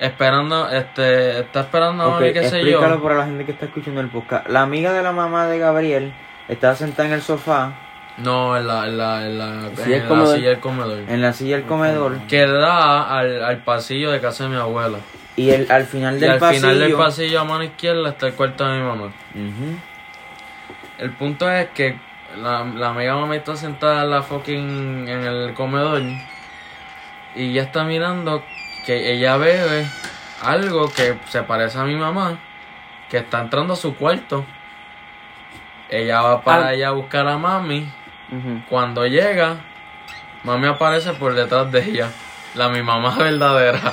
Speaker 2: Esperando, este, está esperando a
Speaker 1: Ok,
Speaker 2: mami, qué sé yo.
Speaker 1: explícalo para la gente que está escuchando el podcast. La amiga de la mamá de Gabriel estaba sentada en el sofá,
Speaker 2: No, en la, en la, en la,
Speaker 3: Sí,
Speaker 2: en
Speaker 3: el
Speaker 2: la
Speaker 3: comedor.
Speaker 2: silla del comedor.
Speaker 1: en la silla del comedor.
Speaker 2: Que da al, al pasillo de casa de mi abuela.
Speaker 1: Y el, al final
Speaker 2: Y
Speaker 1: del
Speaker 2: al
Speaker 1: pasillo.
Speaker 2: final del pasillo a mano izquierda está el cuarto de mi mamá.
Speaker 1: Ujú.
Speaker 2: El punto es que la, la amiga mamá está sentada en la fucking en el comedor y ya está mirando que ella bebe algo que se parece a mi mamá que está entrando a su cuarto. Ella va para
Speaker 3: Ah.
Speaker 2: allá a buscar a mami.
Speaker 3: Ujú.
Speaker 2: Cuando llega, mami aparece por detrás de ella, la mi mamá verdadera.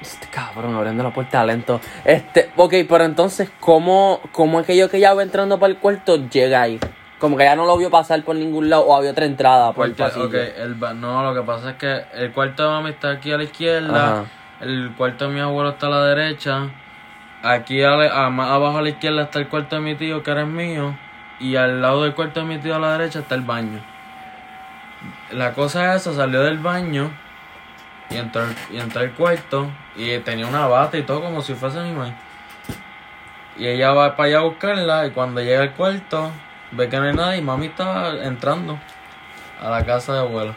Speaker 3: Este cabrón, abriendo la puerta lento. Este, ok, pero entonces, ¿cómo, cómo aquello que ya va entrando para el cuarto llega ahí? Como que ya no lo vio pasar por ningún lado o había otra entrada por el
Speaker 2: Porque,
Speaker 3: pasillo.
Speaker 2: ok, el ba- no, lo que pasa es que el cuarto de mami está aquí a la izquierda,
Speaker 3: Ajá.
Speaker 2: el cuarto de mi abuelo está a la derecha, aquí a la- a- más abajo a la izquierda está el cuarto de mi tío, que era el mío, y al lado del cuarto de mi tío a la derecha está el baño. La cosa esa salió del baño y entró, y entró al cuarto y tenía una bata y todo como si fuese mi mamá. Y ella va para allá a buscarla y cuando llega al cuarto ve que no hay nadie y mami está entrando a la casa de abuelo.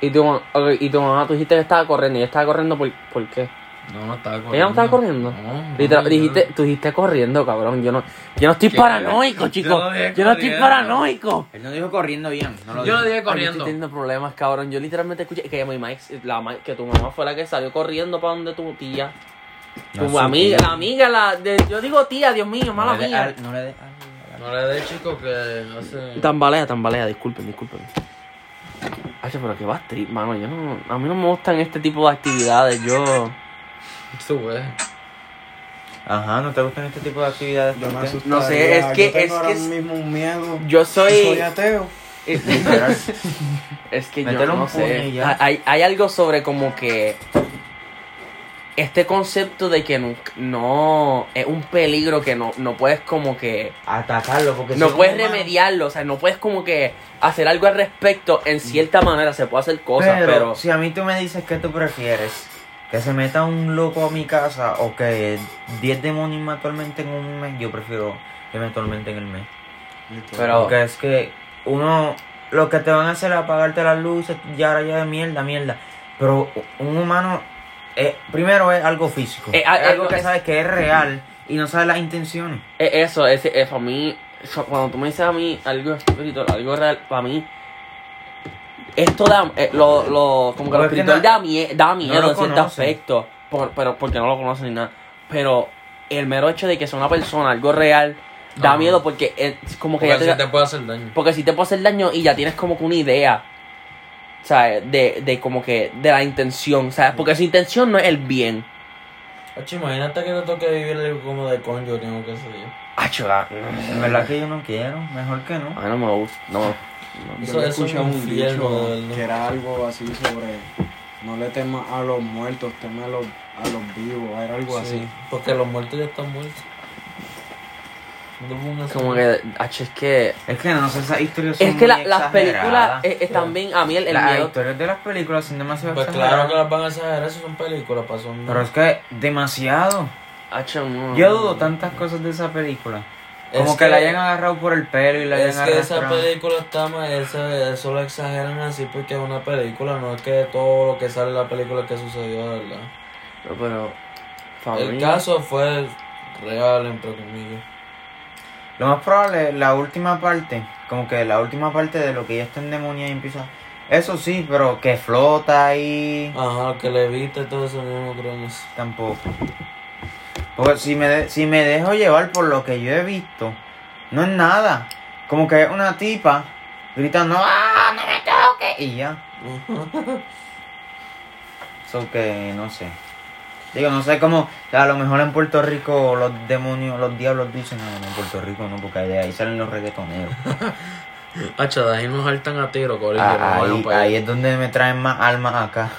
Speaker 3: Y tu, ma- ok, y tu mamá, tú dijiste que estaba corriendo. ¿Y ella estaba corriendo por, por qué?
Speaker 2: No, no estaba corriendo.
Speaker 3: ¿Ella no estaba corriendo?
Speaker 2: No, no,
Speaker 3: Literal,
Speaker 2: yo-
Speaker 3: dijiste, tú dijiste corriendo, cabrón. Yo no, yo no estoy paranoico, chicos.
Speaker 2: no dije
Speaker 3: Yo no estoy
Speaker 2: corriendo.
Speaker 3: paranoico.
Speaker 1: Él no dijo corriendo bien. No lo
Speaker 2: Yo
Speaker 1: dijo.
Speaker 2: no dije
Speaker 3: Ay, yo Ah, estoy
Speaker 2: corriendo.
Speaker 3: teniendo problemas, cabrón. Yo literalmente escuché que, mi ma- la ma- que tu mamá fue la que salió corriendo para donde tu tía.
Speaker 1: No
Speaker 3: tu
Speaker 1: es su
Speaker 3: amiga,
Speaker 1: tía.
Speaker 3: la amiga, la de, yo digo tía, Dios mío, mala
Speaker 1: no le dé
Speaker 3: mía.
Speaker 1: al- no le dé al-
Speaker 2: No le dé chico que no sé.
Speaker 3: ah, Tambalea, tambalea, disculpen, disculpen. Ay, pero que va trip, mano. Yo no, a mí no me gustan este tipo de actividades. Yo.
Speaker 2: Tú, güey.
Speaker 1: Ajá, ¿no te gustan este tipo de actividades?
Speaker 4: Yo me
Speaker 1: ¿Por qué?
Speaker 4: asustaría.
Speaker 3: No sé, es que-
Speaker 4: Yo tengo
Speaker 3: es
Speaker 4: ahora
Speaker 3: que es-
Speaker 4: mismo un miedo.
Speaker 3: Yo soy.
Speaker 4: ateo.
Speaker 1: Literal.
Speaker 3: Es que
Speaker 1: Métele
Speaker 3: yo
Speaker 1: un
Speaker 3: no
Speaker 1: puño y
Speaker 3: sé.
Speaker 1: ya.
Speaker 3: Hay, hay algo sobre como que este concepto de que no, no- es un peligro que no, no puedes como que
Speaker 1: Atacarlo, porque si
Speaker 3: no
Speaker 1: es un
Speaker 3: puedes
Speaker 1: humano-
Speaker 3: remediarlo, o sea, no puedes como que hacer algo al respecto en cierta manera, se puede hacer cosas,
Speaker 1: pero,
Speaker 3: pero,
Speaker 1: si a mí tú me dices que tú prefieres que se meta un loco a mi casa o que 10 demonios me atormenten en un mes, yo prefiero que me atormenten en el mes.
Speaker 3: Pero-
Speaker 1: Porque es que uno, lo que te van a hacer es apagarte las luces, ya ahora ya de mierda, mierda. Pero un humano, eh, primero es algo físico,
Speaker 3: Eh,
Speaker 1: es
Speaker 3: ah,
Speaker 1: algo
Speaker 3: eh,
Speaker 1: que
Speaker 3: es-
Speaker 1: sabes que es real y no sabes las intenciones.
Speaker 3: es eso, es, es para mí, eso- cuando tú me dices a mí algo espiritual, algo real, para mí, esto da, eh, lo, lo- como que
Speaker 1: Pero
Speaker 3: lo
Speaker 1: es que
Speaker 3: espiritual
Speaker 1: no-
Speaker 3: da, mie- da miedo
Speaker 1: lo
Speaker 3: en cierto
Speaker 1: conocen.
Speaker 3: aspecto, por- pero porque no lo conocen ni nada, pero el mero hecho de que sea una persona, algo real, da
Speaker 2: Ajá.
Speaker 3: miedo porque es como que
Speaker 2: Porque
Speaker 3: ya te-
Speaker 2: así te puede hacer daño.
Speaker 3: Porque si te puede hacer daño y ya tienes como que una idea. ¿Sabes? De, de como que. De la intención. ¿Sabes? Porque su intención no es el bien.
Speaker 5: Ocho, imagínate que te toque vivir algo como de conjo, tengo que sé yo.
Speaker 3: Ah, chula.
Speaker 1: En verdad que yo no quiero, mejor que no.
Speaker 3: Ah, no me gusta. No.
Speaker 5: Eso, eso es un infierno, de
Speaker 4: que
Speaker 5: verdad.
Speaker 4: era algo así sobre no le temas a los muertos, temas a los, a los vivos, era algo
Speaker 5: Sí,
Speaker 4: así.
Speaker 5: porque los muertos ya están muertos. No fue una-
Speaker 3: Como que. ah, es que.
Speaker 1: Es que no sé, esas historias son
Speaker 3: Es que la-
Speaker 1: muy
Speaker 3: las películas
Speaker 1: exageradas.
Speaker 3: eh, están bien. A mí el, el
Speaker 1: las
Speaker 3: miedo.
Speaker 1: historias de las películas son demasiado
Speaker 5: Pues claro
Speaker 1: exageradas.
Speaker 5: que las van a exagerar, eso son películas, pasó un...
Speaker 1: Pero es que demasiado.
Speaker 3: Hacho, no.
Speaker 1: Yo dudo tantas cosas de esa película.
Speaker 5: Es
Speaker 1: Como que,
Speaker 5: que-
Speaker 1: la hayan agarrado por el pelo y la
Speaker 5: Es
Speaker 1: hayan
Speaker 5: que esa
Speaker 1: arrastrado.
Speaker 5: película está mal, esa- eso lo exageran así porque es una película, no es que todo lo que sale en la película es que sucedió, de verdad.
Speaker 3: Pero. pa'
Speaker 5: El
Speaker 3: mí-
Speaker 5: caso fue real, entre comillas.
Speaker 1: Lo más probable es la última parte. Como que la última parte de lo que ya está en demonia y empieza. Eso sí, pero que flota ahí.
Speaker 5: Ajá, lo que le viste todo eso, yo no creo en eso.
Speaker 1: Tampoco. Porque si me, de- si me dejo llevar por lo que yo he visto, no es nada. Como que es una tipa gritando, ¡ah, no me toques! Y ya. Eso que no sé. Digo, no sé cómo. A lo mejor en Puerto Rico los demonios, los diablos dicen, "Ah, no, no, en Puerto Rico no, porque de ahí salen los reggaetoneros.
Speaker 2: Hacha, de ahí nos saltan a tiro, corillo.
Speaker 1: Ah,
Speaker 2: no vayan
Speaker 1: ahí,
Speaker 2: pa' allá.
Speaker 1: ahí es donde me traen más almas acá.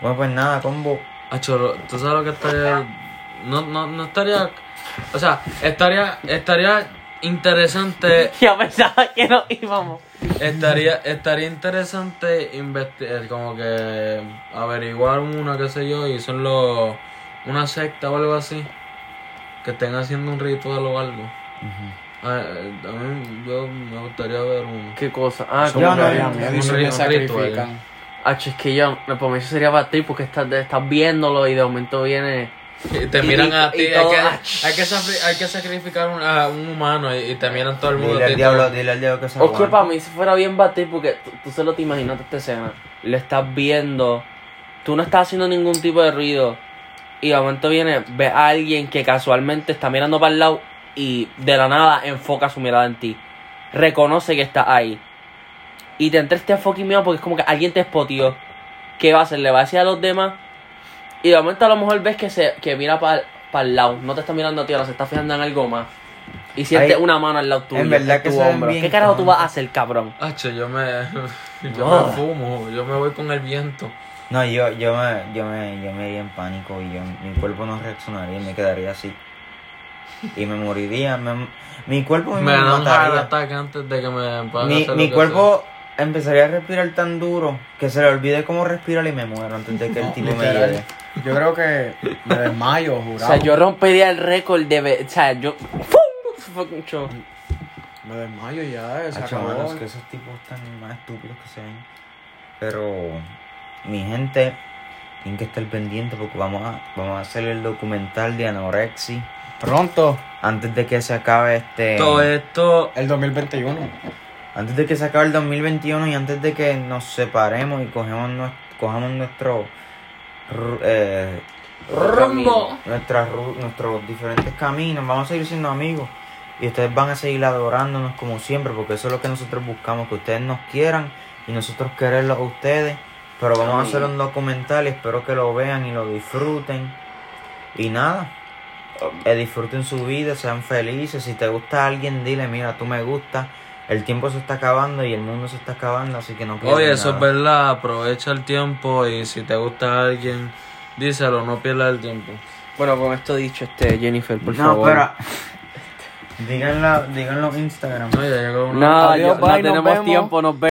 Speaker 1: Bueno, pues nada, combo.
Speaker 2: Acho, lo- tú sabes lo que estaría. No, no, no estaría. O sea, estaría, estaría interesante.
Speaker 3: Yo pensaba que no íbamos.
Speaker 2: Estaría, estaría interesante investigar, como que averiguar una, qué sé yo, y son los. Una secta o algo así. Que estén haciendo un ritual o algo. A, a mí, yo me gustaría ver uno.
Speaker 3: ¿Qué cosa? Ah,
Speaker 1: Yo
Speaker 3: como
Speaker 1: no-
Speaker 3: que.
Speaker 1: no.
Speaker 4: Dicen
Speaker 2: Un
Speaker 4: que
Speaker 2: ri- un ritual.
Speaker 1: ¿eh?
Speaker 4: sacrifican.
Speaker 3: Hacho, es que yo. Para mí eso sería para ti porque estás, estás viéndolo y de momento viene.
Speaker 2: Y te
Speaker 3: Y-
Speaker 2: miran a
Speaker 3: y
Speaker 2: ti, hay que,
Speaker 3: todo-
Speaker 2: hay que, sacri- hay que sacrificar un- a un humano y, y te miran todo Oh, el mundo.
Speaker 1: Dile al
Speaker 2: tito.
Speaker 1: diablo, dile al diablo que se
Speaker 3: O que
Speaker 1: aguante.
Speaker 3: para mí si fuera bien batir porque tú, tú solo te imaginaste esta escena. Lo estás viendo. Tú no estás haciendo ningún tipo de ruido. Y de momento viene, ve a alguien que casualmente está mirando para el lado y de la nada enfoca su mirada en ti. Reconoce que está ahí. Y te entra este fucking miedo porque es como que alguien te espoteó. ¿Qué va a hacer? ¿Le va a decir a los demás? Y de momento a lo mejor ves que se que mira para el lado. No te está mirando a ti, ahora se está fijando en algo más. Y sientes
Speaker 1: Ay,
Speaker 3: una mano al lado tuyo.
Speaker 1: en verdad
Speaker 3: en
Speaker 1: que
Speaker 3: tu
Speaker 1: se ven
Speaker 3: hombro.
Speaker 1: bien
Speaker 3: ¿Qué carajo tú
Speaker 1: cabrones.
Speaker 3: vas a hacer, cabrón?
Speaker 2: Hacho, yo me, yo
Speaker 3: No.
Speaker 2: me fumo, yo me voy con el viento.
Speaker 1: No, yo, yo, me, yo, me, yo me iría en pánico y yo- mi cuerpo no reaccionaría, me quedaría así. Y me moriría. me- mi cuerpo
Speaker 2: Me
Speaker 1: me,
Speaker 2: dan un heart
Speaker 1: mataría.
Speaker 2: attack antes de que me puedan
Speaker 1: Mi,
Speaker 2: hacer
Speaker 1: mi
Speaker 2: lo que
Speaker 1: cuerpo empezaría a respirar tan duro que se le olvide cómo respirar y me muero antes de que el
Speaker 4: No,
Speaker 1: tipo me
Speaker 4: literal.
Speaker 1: llegue.
Speaker 4: Yo creo que me desmayo,
Speaker 3: O
Speaker 4: jurado.
Speaker 3: sea, yo rompería el récord de... ve- O sea, yo... ¡Fum! Fucking show.
Speaker 4: Me desmayo y ya, se
Speaker 1: Hacho,
Speaker 4: acabó.
Speaker 1: mano, es Ah, que esos tipos están más estúpidos que se ven. Pero mi gente, tienen que estar pendiente porque vamos a, vamos a hacer el documental de Anorexi
Speaker 4: Pronto,
Speaker 1: antes de que se acabe este.
Speaker 2: sea. Todo esto,
Speaker 4: el 2021.
Speaker 1: Antes de que se acabe el 2021 y antes de que nos separemos y cogemos nues- cojamos nuestro ru- eh,
Speaker 3: Rumbo.
Speaker 1: nuestras ru- nuestros diferentes caminos, vamos a seguir siendo amigos y ustedes van a seguir adorándonos como siempre porque eso es lo que nosotros buscamos, que ustedes nos quieran y nosotros quererlos a ustedes, pero vamos a
Speaker 3: Ay.
Speaker 1: hacer un documental y espero que lo vean y lo disfruten y nada. eh, disfruten su vida, sean felices. Si te gusta alguien, dile, mira, tú me gustas el tiempo se está acabando y el mundo se está acabando, así que no pierdas
Speaker 2: Oye, eso es
Speaker 1: nada.
Speaker 2: verdad. Aprovecha el tiempo y si te gusta alguien, díselo, no pierdas el tiempo.
Speaker 3: Bueno, con esto dicho, este Jennifer, por
Speaker 1: no,
Speaker 3: favor.
Speaker 1: pero... Díganlo, díganlo en Instagram.
Speaker 2: No, ya llegó una
Speaker 3: Nada,
Speaker 4: Adiós,
Speaker 3: yo- Ah,
Speaker 4: bye,
Speaker 3: no
Speaker 4: nos
Speaker 3: tenemos
Speaker 4: vemos.
Speaker 3: tiempo, nos vemos.